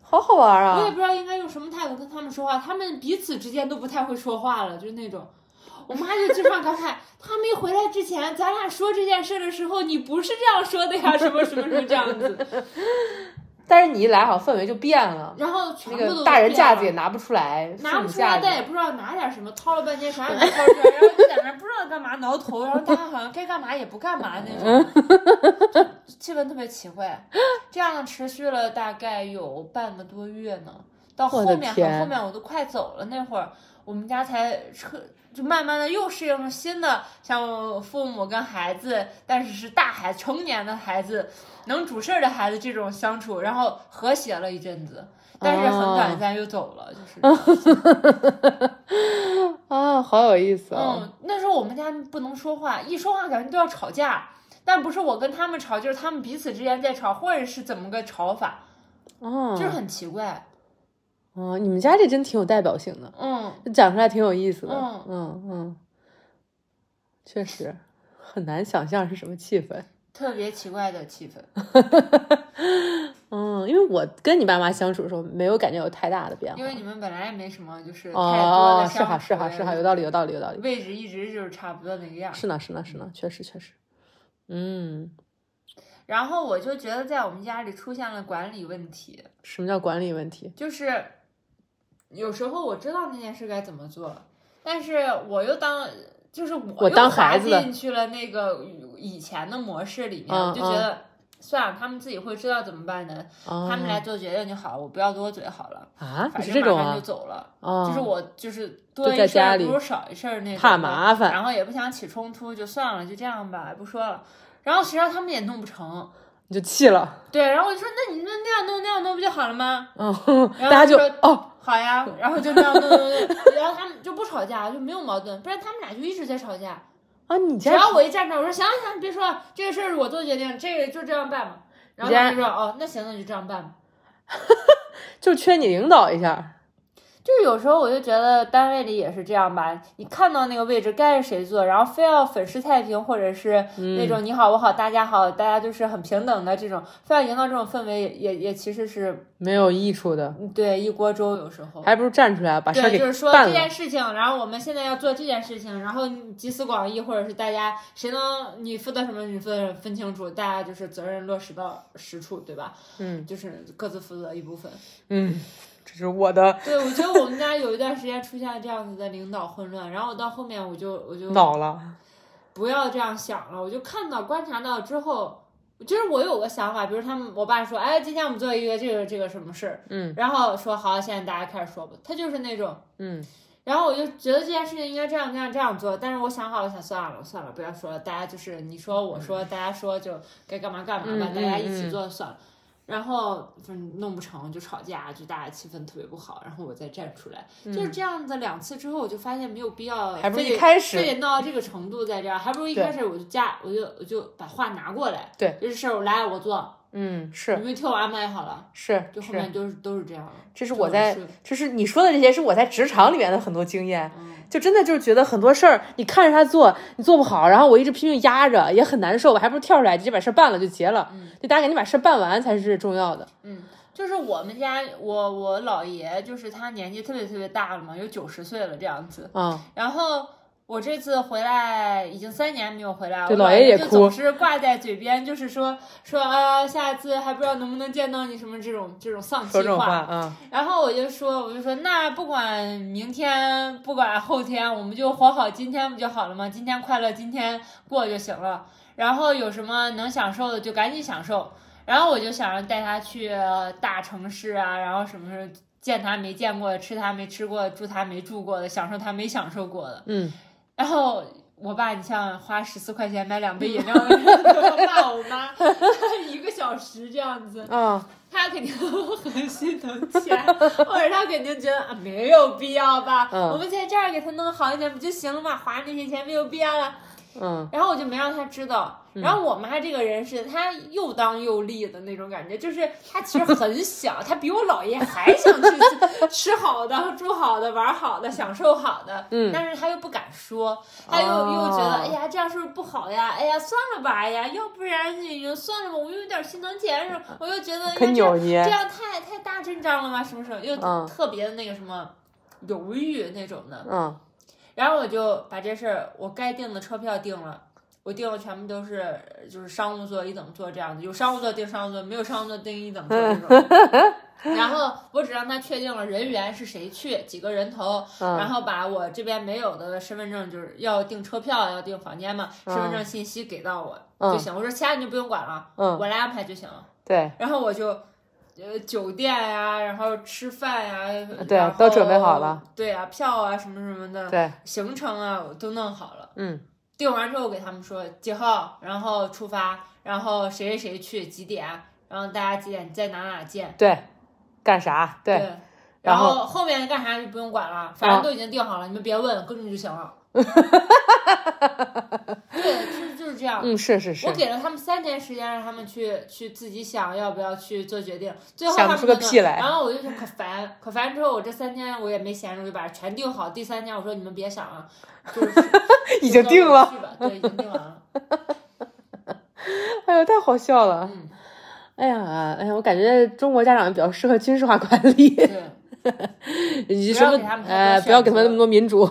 Speaker 2: 好好玩啊！
Speaker 1: 我也不知道应该用什么态度跟他们说话，他们彼此之间都不太会说话了，就是那种。我妈就经常感慨，他没回来之前，咱俩说这件事的时候，你不是这样说的呀，什么什么什么这样子，
Speaker 2: 但是你一来好像氛围就变了，
Speaker 1: 然后全
Speaker 2: 那
Speaker 1: 部都
Speaker 2: 个大人架子也
Speaker 1: 变了
Speaker 2: 拿不出来，
Speaker 1: 拿不
Speaker 2: 父母
Speaker 1: 出
Speaker 2: 架
Speaker 1: 来，
Speaker 2: 子
Speaker 1: 但也不知道拿点什么，掏了半天啥也没掏出 来，然后就在那儿不知道干嘛挠头，然后大家好像该干嘛也不干嘛那种，
Speaker 2: 嗯
Speaker 1: 气氛特别奇怪。这样持续了大概有半个多月呢，到后
Speaker 2: 我的
Speaker 1: 面
Speaker 2: 天
Speaker 1: 很后面我都快走了那会儿，我们家才彻。就慢慢的又适应了新的，像父母跟孩子，但是是大孩成年的孩子，能主事儿的孩子这种相处，然后和谐了一阵子，但是
Speaker 2: 哦
Speaker 1: 很短暂又走了， 就是。
Speaker 2: 啊，好有意思哦！
Speaker 1: 嗯，那时候我们家不能说话，一说话感觉都要吵架。但不是我跟他们吵，就是他们彼此之间在吵，或者是怎么个吵法，
Speaker 2: 嗯，
Speaker 1: 就是很奇怪。
Speaker 2: 嗯，你们家这真挺有代表性的，
Speaker 1: 嗯，
Speaker 2: 讲出来挺有意思的。
Speaker 1: 嗯
Speaker 2: 嗯嗯，确实很难想象是什么气氛。
Speaker 1: 特别奇怪的气氛。
Speaker 2: 嗯，因为我跟你爸妈相处的时候，没有感觉有太大的变化
Speaker 1: 因。为你们本来也没什么，就是太多
Speaker 2: 哦
Speaker 1: 的，
Speaker 2: 是
Speaker 1: 相
Speaker 2: 哈
Speaker 1: 处，
Speaker 2: 是哈是哈，有道理有道理有道理。
Speaker 1: 位置一直就是差不多那个样儿。
Speaker 2: 是呢是呢是呢，确实确实。嗯，
Speaker 1: 然后我就觉得在我们家里出现了管理问题，
Speaker 2: 什么叫管理问题？
Speaker 1: 就是有时候我知道那件事该怎么做，但是我又当就是我
Speaker 2: 我
Speaker 1: 又
Speaker 2: 当
Speaker 1: 滑
Speaker 2: 孩子了
Speaker 1: 进去了那个以前的模式里面，
Speaker 2: 嗯
Speaker 1: 我就觉得算了，他们自己会知道怎么办的，
Speaker 2: 啊
Speaker 1: 他们来做决定就好，我不要多嘴好了，
Speaker 2: 啊，
Speaker 1: 反
Speaker 2: 你是
Speaker 1: 正
Speaker 2: 这种
Speaker 1: 马上
Speaker 2: 啊
Speaker 1: 就？走了。
Speaker 2: 啊，
Speaker 1: 就是我就是多
Speaker 2: 就
Speaker 1: 一
Speaker 2: 在
Speaker 1: 事
Speaker 2: 家
Speaker 1: 儿
Speaker 2: 里
Speaker 1: 不如少一事儿那种，
Speaker 2: 怕麻烦
Speaker 1: 然后也不想起冲突，就算了，就这样吧，不说了。然后谁让他们也弄不成，
Speaker 2: 你就气了，
Speaker 1: 对，然后我就说，那你们那样弄那样弄不就好了吗？
Speaker 2: 嗯，
Speaker 1: 然后
Speaker 2: 大家就
Speaker 1: 说
Speaker 2: 哦，
Speaker 1: 好呀，然后就这样弄弄 弄，然后他们就不吵架，就没有矛盾，不然他们俩就一直在吵架。
Speaker 2: 啊，你
Speaker 1: 只
Speaker 2: 家
Speaker 1: 要我一站这儿，我说行行，别说了，这个事儿我做决定，这个就这样办吧。然后他们就说哦，那行，那就这样办吧。
Speaker 2: 就缺你领导一下，
Speaker 1: 就是有时候我就觉得单位里也是这样吧，你看到那个位置该是谁坐，然后非要粉饰太平，或者是那种你好我好大家好，大家就是很平等的这种，非要营造这种氛围也，也也其实是
Speaker 2: 没有益处的，
Speaker 1: 对一锅粥有时候。
Speaker 2: 还不如站出来把事儿
Speaker 1: 对，
Speaker 2: 给
Speaker 1: 就是说
Speaker 2: 办
Speaker 1: 这
Speaker 2: 了
Speaker 1: 件。事情，然后我们现在要做这件事情，然后你集思广益，或者是大家谁能你负责什么，你负责什么分清楚，大家就是责任落实到实处，对吧？
Speaker 2: 嗯
Speaker 1: 就是各自负责一部分。
Speaker 2: 嗯，这是我的
Speaker 1: 对，我觉得我们家有一段时间出现了这样子的领导混乱，然后到后面我就我就
Speaker 2: 恼了，
Speaker 1: 不要这样想了，我就看到观察到之后。就是我有个想法，比如他们，我爸说，哎，今天我们做一个这个这个什么事儿，
Speaker 2: 嗯
Speaker 1: 然后说好，现在大家开始说吧。他就是那种，
Speaker 2: 嗯
Speaker 1: 然后我就觉得这件事情应该这样这样这样做，但是我想好了，我想算了，算了，不要说了，大家就是你说我说，大家说就该干嘛干嘛吧，
Speaker 2: 嗯嗯
Speaker 1: 大家一起做算了。然后就是弄不成就吵架，就大家气氛特别不好，然后我再站出来，就是这样子两次之后，我就发现没有必要，
Speaker 2: 嗯还不如
Speaker 1: 非得
Speaker 2: 一开始
Speaker 1: 非得呃闹到这个程度在这儿，还不如一
Speaker 2: 对
Speaker 1: 开始我就架，我就我就把话拿过来，
Speaker 2: 对，
Speaker 1: 这事儿我来我做，
Speaker 2: 嗯，是
Speaker 1: 你们听我安排好了，
Speaker 2: 是
Speaker 1: 就后
Speaker 2: 是，
Speaker 1: 面都是都是这样了，
Speaker 2: 这是
Speaker 1: 就
Speaker 2: 我
Speaker 1: 很
Speaker 2: 在
Speaker 1: 顺，
Speaker 2: 就是你说的这些是我在职场里面的很多经验，
Speaker 1: 嗯。
Speaker 2: 就真的就是觉得很多事儿你看着他做，你做不好，然后我一直拼命压着，也很难受，我还不如跳出来直接把事儿办了就结了。
Speaker 1: 嗯
Speaker 2: 就大家赶紧把事儿办完才是重要的。
Speaker 1: 嗯，就是我们家我我姥爷，就是他年纪特别特别大了嘛，有九十岁了这样子。
Speaker 2: 啊
Speaker 1: 然后我这次回来已经三年没有回来，
Speaker 2: 对
Speaker 1: 我
Speaker 2: 老爷也
Speaker 1: 就
Speaker 2: 哭
Speaker 1: 总是挂在嘴边，就是说说啊，下次还不知道能不能见到你什么这种这种丧气
Speaker 2: 说这种话啊，
Speaker 1: 然后我就说，我就说，那不管明天，不管后天，我们就活好今天不就好了吗？今天快乐，今天过就行了。然后有什么能享受的就赶紧享受。然后我就想着带他去呃大城市啊，然后什么是见他没见过的，吃他没吃过的，住他没住过的，享受他没享受过的。
Speaker 2: 嗯，
Speaker 1: 然后我爸，你像花十四块钱买两杯饮料的人，我爸我妈 一个小时这样子。
Speaker 2: 啊，
Speaker 1: 他肯定很心疼钱， 或者他肯定觉得啊没有必要吧，
Speaker 2: 嗯
Speaker 1: 我们在这儿给他弄好一点不就行了吗？花那些钱没有必要了。
Speaker 2: 嗯，
Speaker 1: 然后我就没让他知道。然后我妈这个人是她又当又立的那种感觉，就是她其实很想，她比我姥爷还想去吃好的、住好的、玩好的、享受好的，
Speaker 2: 嗯
Speaker 1: 但是她又不敢说，她又、
Speaker 2: 哦
Speaker 1: 又觉得，哎呀，这样是不是不好呀？哎呀，算了吧，哎呀，要不然你就算了吧，我又有点心疼钱，是吧我又觉得哎呀
Speaker 2: 很
Speaker 1: 这样
Speaker 2: 扭捏
Speaker 1: 这，样太太大阵仗了吧？什么时候又
Speaker 2: 嗯
Speaker 1: 特别的那个什么犹豫那种的？
Speaker 2: 嗯，
Speaker 1: 然后我就把这事儿，我该订的车票订了，我订了全部都是呃就是商务座、一等座这样子，有商务座订商务座，没有商务座订一等座这种。 然后我只让他确定了人员是谁去，几个人头，
Speaker 2: 嗯
Speaker 1: 然后把我这边没有的身份证，就是要订车票、要订房间嘛，身份证信息给到我就行。我说其他你就不用管了，
Speaker 2: 嗯
Speaker 1: 我来安排就行了。
Speaker 2: 对，
Speaker 1: 然后我就，呃，酒店呀、然后吃饭呀、
Speaker 2: 啊对
Speaker 1: 然后
Speaker 2: 都准备好了。
Speaker 1: 对呀、票啊什么什么的，
Speaker 2: 对，
Speaker 1: 行程啊我都弄好了。
Speaker 2: 嗯，
Speaker 1: 订完之后我给他们说几号，然后出发，然后谁谁谁去几点，然后大家几点在哪哪见。
Speaker 2: 对，干啥？对，
Speaker 1: 然
Speaker 2: 然后
Speaker 1: 后后面干啥就不用管了，反正都已经定好了，你们别问，跟着就行 了。对，就是就是这样。
Speaker 2: 嗯，是是是
Speaker 1: 我，给了他们三天时间，让他们去去自己想要不要去做决定。最后
Speaker 2: 想
Speaker 1: 他
Speaker 2: 不
Speaker 1: 们
Speaker 2: 出个
Speaker 1: 就弄
Speaker 2: 屁来
Speaker 1: 然后我就说可烦，可烦之后我这三天我也没闲着，我就把它全定好。第三天我说你们别想 了，就是
Speaker 2: 已经定了，
Speaker 1: 就到我去吧对，已经定完了。
Speaker 2: 哎呦，太好笑了，
Speaker 1: 嗯，
Speaker 2: 哎呀，哎呀，我感觉中国家长比较适合军事化管理。
Speaker 1: 对，
Speaker 2: 你
Speaker 1: 不
Speaker 2: 什
Speaker 1: 要
Speaker 2: 么
Speaker 1: 给他们太多
Speaker 2: 哎，
Speaker 1: 选
Speaker 2: 不要给他们
Speaker 1: 择
Speaker 2: 那么多民主。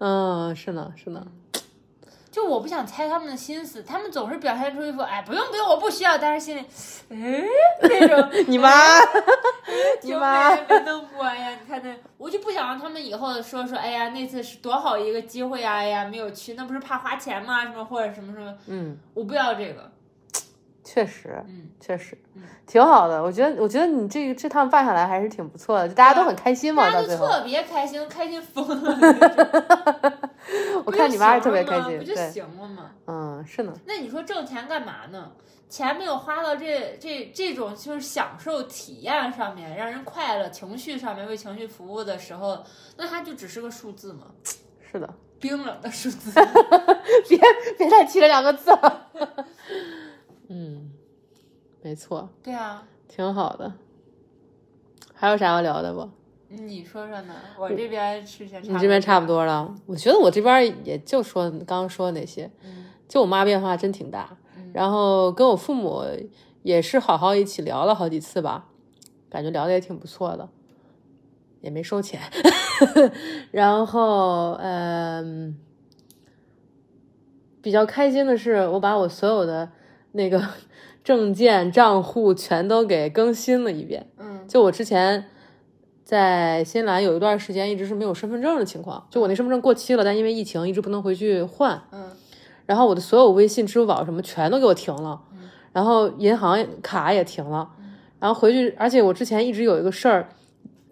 Speaker 2: 嗯，是呢，是呢，
Speaker 1: 就我不想猜他们的心思，他们总是表现出一副哎不用不用我不需要，但是心里哎 那种
Speaker 2: 你妈，嗯 你
Speaker 1: 就
Speaker 2: 妈
Speaker 1: 没，没弄过呀！你看那，我就不想让他们以后说说，哎呀，那次是多好一个机会呀、哎呀，没有去，那不是怕花钱吗？什么或者什么什么，
Speaker 2: 嗯，
Speaker 1: 我不要这个。
Speaker 2: 确实，
Speaker 1: 嗯，
Speaker 2: 确实
Speaker 1: 嗯，
Speaker 2: 挺好的。我觉得，我觉得你这个这趟办下来还是挺不错的，就大家都很开心嘛。
Speaker 1: 啊大家
Speaker 2: 到
Speaker 1: 都
Speaker 2: 最后，
Speaker 1: 特别开心，开心疯了 那种。
Speaker 2: 我
Speaker 1: 不就
Speaker 2: 看你妈
Speaker 1: 行
Speaker 2: 是特别
Speaker 1: 了
Speaker 2: 开
Speaker 1: 吗
Speaker 2: 心，
Speaker 1: 不就
Speaker 2: 对，
Speaker 1: 行了吗？
Speaker 2: 嗯，是呢，
Speaker 1: 那你说挣钱干嘛呢？钱没有花到这这这种就是享受体验上面，让人快乐、情绪上面为情绪服务的时候，那它就只是个数字嘛，
Speaker 2: 是 的，
Speaker 1: 冰冷的数 字。
Speaker 2: 别别再提这两个字了。嗯，没错，
Speaker 1: 对啊，
Speaker 2: 挺好的。还有啥要聊的不？
Speaker 1: 你说说呢？我这边是先
Speaker 2: 嗯你这边差不，多了，我觉得我这边也就说刚刚说的那些，
Speaker 1: 嗯
Speaker 2: 就我妈变化真挺大，然后跟我父母也是好好一起聊了好几次吧，感觉聊的也挺不错的，也没收钱， 然后嗯，比较开心的是我把我所有的那个 证件账户全都给更新了一遍，
Speaker 1: 嗯
Speaker 2: 就我之前在新西兰有一段时间一直是没有身份证的情况，就我那身份证过期了，但因为疫情一直不能回去换，
Speaker 1: 嗯
Speaker 2: 然后我的所有微信、支付宝什么全都给我停了，然后银行卡也停了，然后回去，而且我之前一直有一个事儿，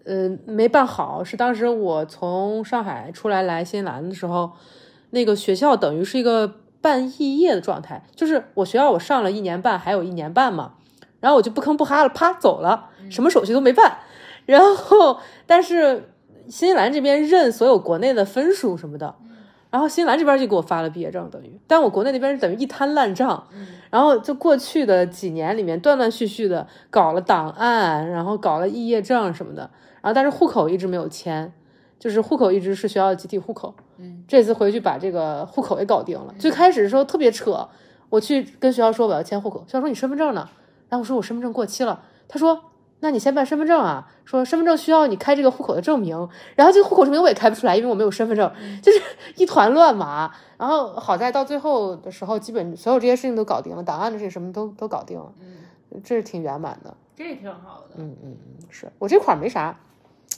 Speaker 2: 呃，没办好，是当时我从上海出来来新西兰的时候，那个学校等于是一个半肄业的状态，就是我学校我上了一年半，还有一年半嘛，然后我就不吭不哈了，啪走了，什么手续都没办，然后但是新西兰这边认所有国内的分数什么的。然后新西兰这边就给我发了毕业证，等于，但我国内那边是等于一摊烂账，然后就过去的几年里面断断续续的搞了档案，然后搞了肄业证什么的，然后但是户口一直没有迁，就是户口一直是学校的集体户口，
Speaker 1: 嗯，
Speaker 2: 这次回去把这个户口也搞定了。最开始的时候特别扯，我去跟学校说我要迁户口，学校说你身份证呢，然后我说我身份证过期了，他说那你先办身份证啊。说身份证需要你开这个户口的证明，然后这个户口证明我也开不出来，因为我没有身份证，就是 一团乱麻。然后好在到最后的时候，基本所有这些事情都搞定了，档案的事情什么都都搞定了，
Speaker 1: 嗯
Speaker 2: 这是挺圆满的。
Speaker 1: 这也挺好的。
Speaker 2: 嗯嗯嗯，是我这块儿没啥。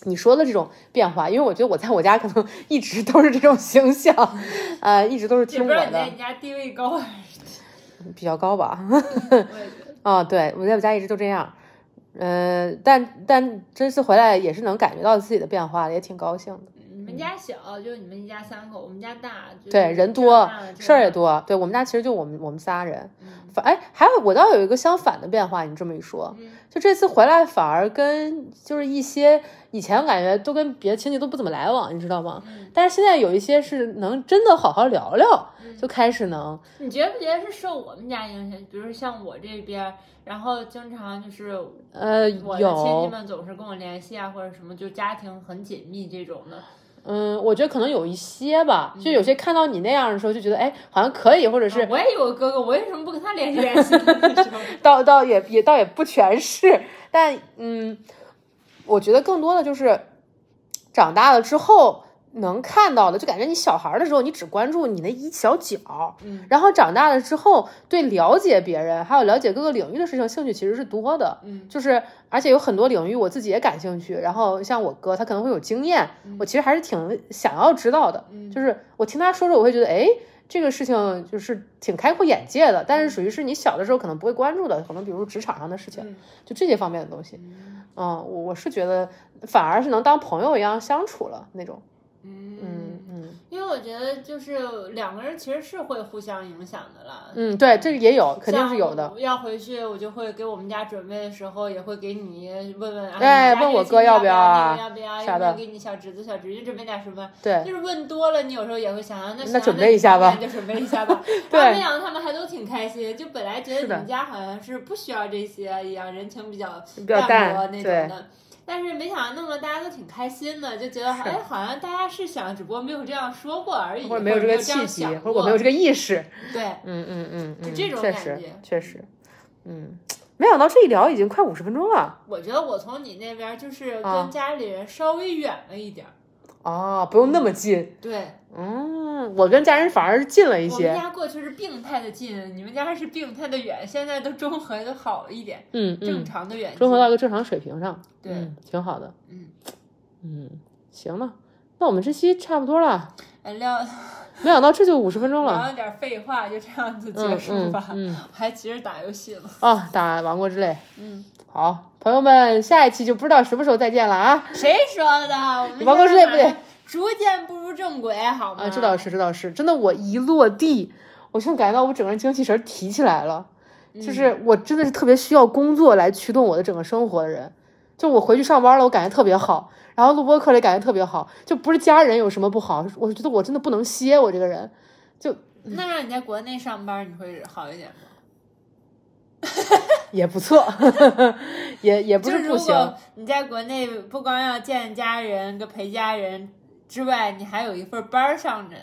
Speaker 2: 你说的这种变化，因为我觉得我在我家可能 一直都是这种形象，呃，一直都是
Speaker 1: 也
Speaker 2: 听
Speaker 1: 不知
Speaker 2: 我
Speaker 1: 道你
Speaker 2: 的
Speaker 1: 在，你家地位高还 是？
Speaker 2: 比较高吧。
Speaker 1: 我也觉得
Speaker 2: 啊、对，我在我家一直都这样。呃，但但这次回来也是能感觉到自己的变化，也挺高兴的。
Speaker 1: 你们家小，就是你们一家三口，我们家大，嗯就是
Speaker 2: 嗯对，人
Speaker 1: 这
Speaker 2: 多
Speaker 1: 那的，
Speaker 2: 事儿也
Speaker 1: 这
Speaker 2: 多。对我们家其实就我们我们仨人
Speaker 1: 嗯。
Speaker 2: 反哎，还有我倒有一个相反的变化，你这么一说，
Speaker 1: 嗯
Speaker 2: 就这次回来反而跟就是一些以前我感觉都跟别的亲戚都不怎么来往，你知道吗？
Speaker 1: 嗯
Speaker 2: 但是现在有一些是能真的好好聊聊，
Speaker 1: 嗯
Speaker 2: 就开始能
Speaker 1: 你觉不觉得是受我们家影响？比如像我这边儿，然后经常就是
Speaker 2: 呃
Speaker 1: 我的亲戚
Speaker 2: 有
Speaker 1: 们总是跟我联系啊，或者什么，就家庭很紧密这种的。
Speaker 2: 嗯，我觉得可能有一些
Speaker 1: 嗯
Speaker 2: 吧，就有些看到你那样的时候就觉得哎好像可以，或者是
Speaker 1: 我也有个哥哥，我为什么不跟他联系联系呢？ 那 种
Speaker 2: 倒倒也也倒也不全是，但嗯，我觉得更多的就是长大了之后能看到的，就感觉你小孩儿的时候你只关注你那一小角，
Speaker 1: 嗯，
Speaker 2: 然后长大了之后对了解别人还有了解各个领域的事情兴趣其实是多的，
Speaker 1: 嗯，
Speaker 2: 就是而且有很多领域我自己也感兴趣，然后像我哥他可能会有经验，我其实还是挺想要知道的，
Speaker 1: 嗯
Speaker 2: 就是我听他说说，我会觉得哎。这个事情就是挺开阔眼界的，但
Speaker 1: 嗯
Speaker 2: 是属于是你小的时候可能不会关注的，可能比如说职场上的事情，
Speaker 1: 嗯
Speaker 2: 就这些方面的东西。嗯，我我是觉得反而是能当朋友一样相处了那种。嗯
Speaker 1: 嗯，
Speaker 2: 嗯
Speaker 1: 因为我觉得就是两个人其实是会互相影响的啦。
Speaker 2: 嗯，对，这个也有，肯定是
Speaker 1: 像
Speaker 2: 有的。
Speaker 1: 我要回去，我就会给我们家准备的时候，也会给你问问啊，
Speaker 2: 哎
Speaker 1: 你家这个
Speaker 2: 问我
Speaker 1: 亲
Speaker 2: 哥
Speaker 1: 戚
Speaker 2: 要
Speaker 1: 要
Speaker 2: 不要
Speaker 1: 要
Speaker 2: 啊
Speaker 1: 那个要不要，
Speaker 2: 啥
Speaker 1: 要不要
Speaker 2: 的
Speaker 1: 给你小侄子、小侄女准备点什么？
Speaker 2: 对
Speaker 1: 就是问多了，你有时候也会想啊，那行那
Speaker 2: 那准备一下吧
Speaker 1: 那就准备一下 吧。
Speaker 2: 对
Speaker 1: 然后没想到他们还都挺开心，就本来觉得
Speaker 2: 是
Speaker 1: 你
Speaker 2: 的
Speaker 1: 们家好像是不需要这些一样，人情比较
Speaker 2: 比较淡
Speaker 1: 薄那种
Speaker 2: 对
Speaker 1: 的。但是没想到弄得大家都挺开心的，就觉得
Speaker 2: 是
Speaker 1: 哎，好像大家是想，只不过没有这样说过而已，
Speaker 2: 或
Speaker 1: 或
Speaker 2: 者没有这个
Speaker 1: 样
Speaker 2: 契机，
Speaker 1: 想
Speaker 2: 或者我没有
Speaker 1: 过
Speaker 2: 这个意识。
Speaker 1: 对，
Speaker 2: 嗯嗯嗯嗯，
Speaker 1: 这种
Speaker 2: 确
Speaker 1: 感
Speaker 2: 实
Speaker 1: 觉
Speaker 2: 确实，嗯，没想到这一聊已经快五十分钟了。
Speaker 1: 我觉得我从你那边儿就是
Speaker 2: 啊
Speaker 1: 跟家里人稍微远了一点儿，
Speaker 2: 哦，不用那么近。
Speaker 1: 对，
Speaker 2: 嗯，我跟家人反而是近了一
Speaker 1: 我们
Speaker 2: 些。
Speaker 1: 家过去是病态的近，你们家是病态的远，现在都中和的好一点，
Speaker 2: 嗯
Speaker 1: 正
Speaker 2: 嗯，
Speaker 1: 常的远近。
Speaker 2: 中和到一个正常水平上。
Speaker 1: 对
Speaker 2: 嗯，挺好的。
Speaker 1: 嗯
Speaker 2: 嗯，行了，那我们这期差不多了。
Speaker 1: 哎聊
Speaker 2: 没想到这就五十分钟
Speaker 1: 聊
Speaker 2: 了。
Speaker 1: 了点废话，就这样子结
Speaker 2: 嗯
Speaker 1: 束
Speaker 2: 嗯
Speaker 1: 吧。
Speaker 2: 嗯，
Speaker 1: 我还急着打游戏了，
Speaker 2: 啊，打王国之泪。
Speaker 1: 嗯，
Speaker 2: 好，朋友们，下一期就不知道什么时候再见了啊！
Speaker 1: 谁说的？我们
Speaker 2: 王国之
Speaker 1: 现在
Speaker 2: 泪不得
Speaker 1: 马上逐渐步入正轨，好吗？
Speaker 2: 啊，这倒是，这倒是，真的，我一落地，我就感觉到我整个人精气神儿提起来了，
Speaker 1: 嗯
Speaker 2: 就是我真的是特别需要工作来驱动我的整个生活的人。就我回去上班了，我感觉特别好，然后录播课里感觉特别好，就不是家人有什么不好，我觉得我真的不能歇，我这个人
Speaker 1: 那让你在国内上班，你会好一点吗？
Speaker 2: 也不错， 也也不
Speaker 1: 就是如
Speaker 2: 不行
Speaker 1: 果，你在国内不光要见家人、跟陪家人之外，你还有一份班儿上着呢。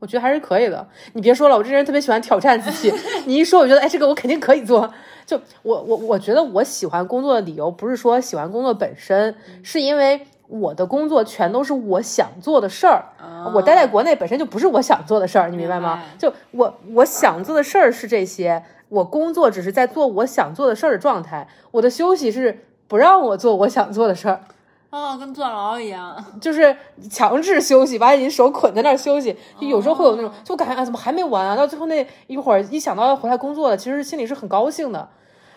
Speaker 2: 我觉得还是可以的。你别说了，我这人特别喜欢挑战自己。你一说，我觉得哎，这个我肯定可以做。就我我我觉得我喜欢工作的理由不是说喜欢工作本身，是因为我的工作全都是我想做的事儿。啊我待在国内本身就不是我想做的事儿，你明白吗
Speaker 1: 啊明白？
Speaker 2: 就我我想做的事儿是这些，我工作只是在做我想做的事儿的状态，我的休息是不让我做我想做的事儿。
Speaker 1: 哦，跟坐牢一样。
Speaker 2: 就是强制休息，把你手捆在那儿休息，就有时候会有那种，
Speaker 1: 哦
Speaker 2: 就我感觉啊，怎么还没完啊？到最后那一会儿，一想到要回来工作了，其实心里是很高兴的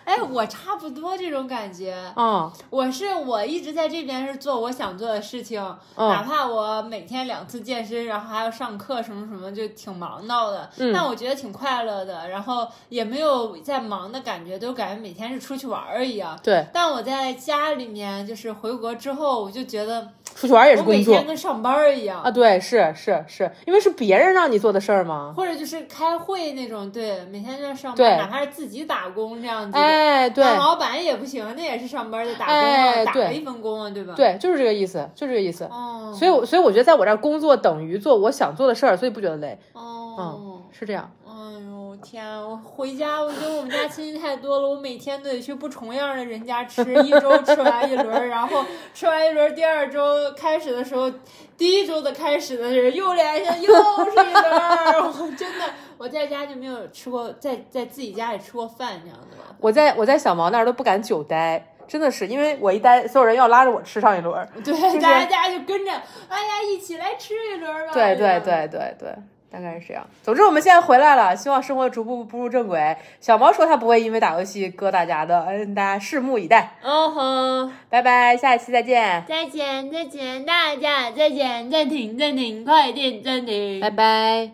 Speaker 1: 哎，我差不多这种感觉。
Speaker 2: 啊、
Speaker 1: 我是我一直在这边是做我想做的事情，
Speaker 2: 嗯
Speaker 1: 哪怕我每天两次健身，然后还要上课什么什么，就挺忙到的。
Speaker 2: 嗯
Speaker 1: 但我觉得挺快乐的，然后也没有在忙的感觉，都感觉每天是出去玩儿一样。
Speaker 2: 对，
Speaker 1: 但我在家里面，就是回国之后，我就觉得
Speaker 2: 出去玩也是
Speaker 1: 我每
Speaker 2: 工作
Speaker 1: 天跟上班儿一样
Speaker 2: 啊，，对，是是是，因为是别人让你做的事儿嘛。
Speaker 1: 或者就是开会那种，对，每天就在上
Speaker 2: 对
Speaker 1: 班，哪怕是自己打工这样子的。
Speaker 2: 哎，对
Speaker 1: 当老板也不行，那也是上班的打工啊，
Speaker 2: 哎
Speaker 1: 打
Speaker 2: 对
Speaker 1: 了一份工啊，对吧？，
Speaker 2: 对，就是这个意思，就是这个意思。
Speaker 1: 哦，
Speaker 2: 所以我，所以我觉得在我这儿工作等于做我想做的事儿，所以不觉得累，
Speaker 1: 哦，
Speaker 2: 是这样。
Speaker 1: 哦，哎呦天啊！我回家，我觉得我们家亲戚太多了，我每天都得去不重样的人家吃，一周吃完一轮，然后吃完一轮，第二周开始的时候，第一周的开始的人又连上又是一轮儿，我真的我在家就没有吃过，在在自己家里吃过饭这样的 吧。
Speaker 2: 我在我在小毛那儿都不敢久待，真的是因为我一待，所有人要拉着我吃上一轮儿。
Speaker 1: 对，大家大家就跟着，哎呀，一起来吃一轮吧。
Speaker 2: 对
Speaker 1: 这样
Speaker 2: 对对对对，大概是这样。总之我们现在回来了，希望生活逐步步入正轨。小毛说他不会因为打游戏割大家的，嗯，大家拭目以待。
Speaker 1: 嗯哼，
Speaker 2: 拜拜，下一期再见，
Speaker 1: 再见再见，大家再见，暂停暂停，快点暂停，
Speaker 2: 拜。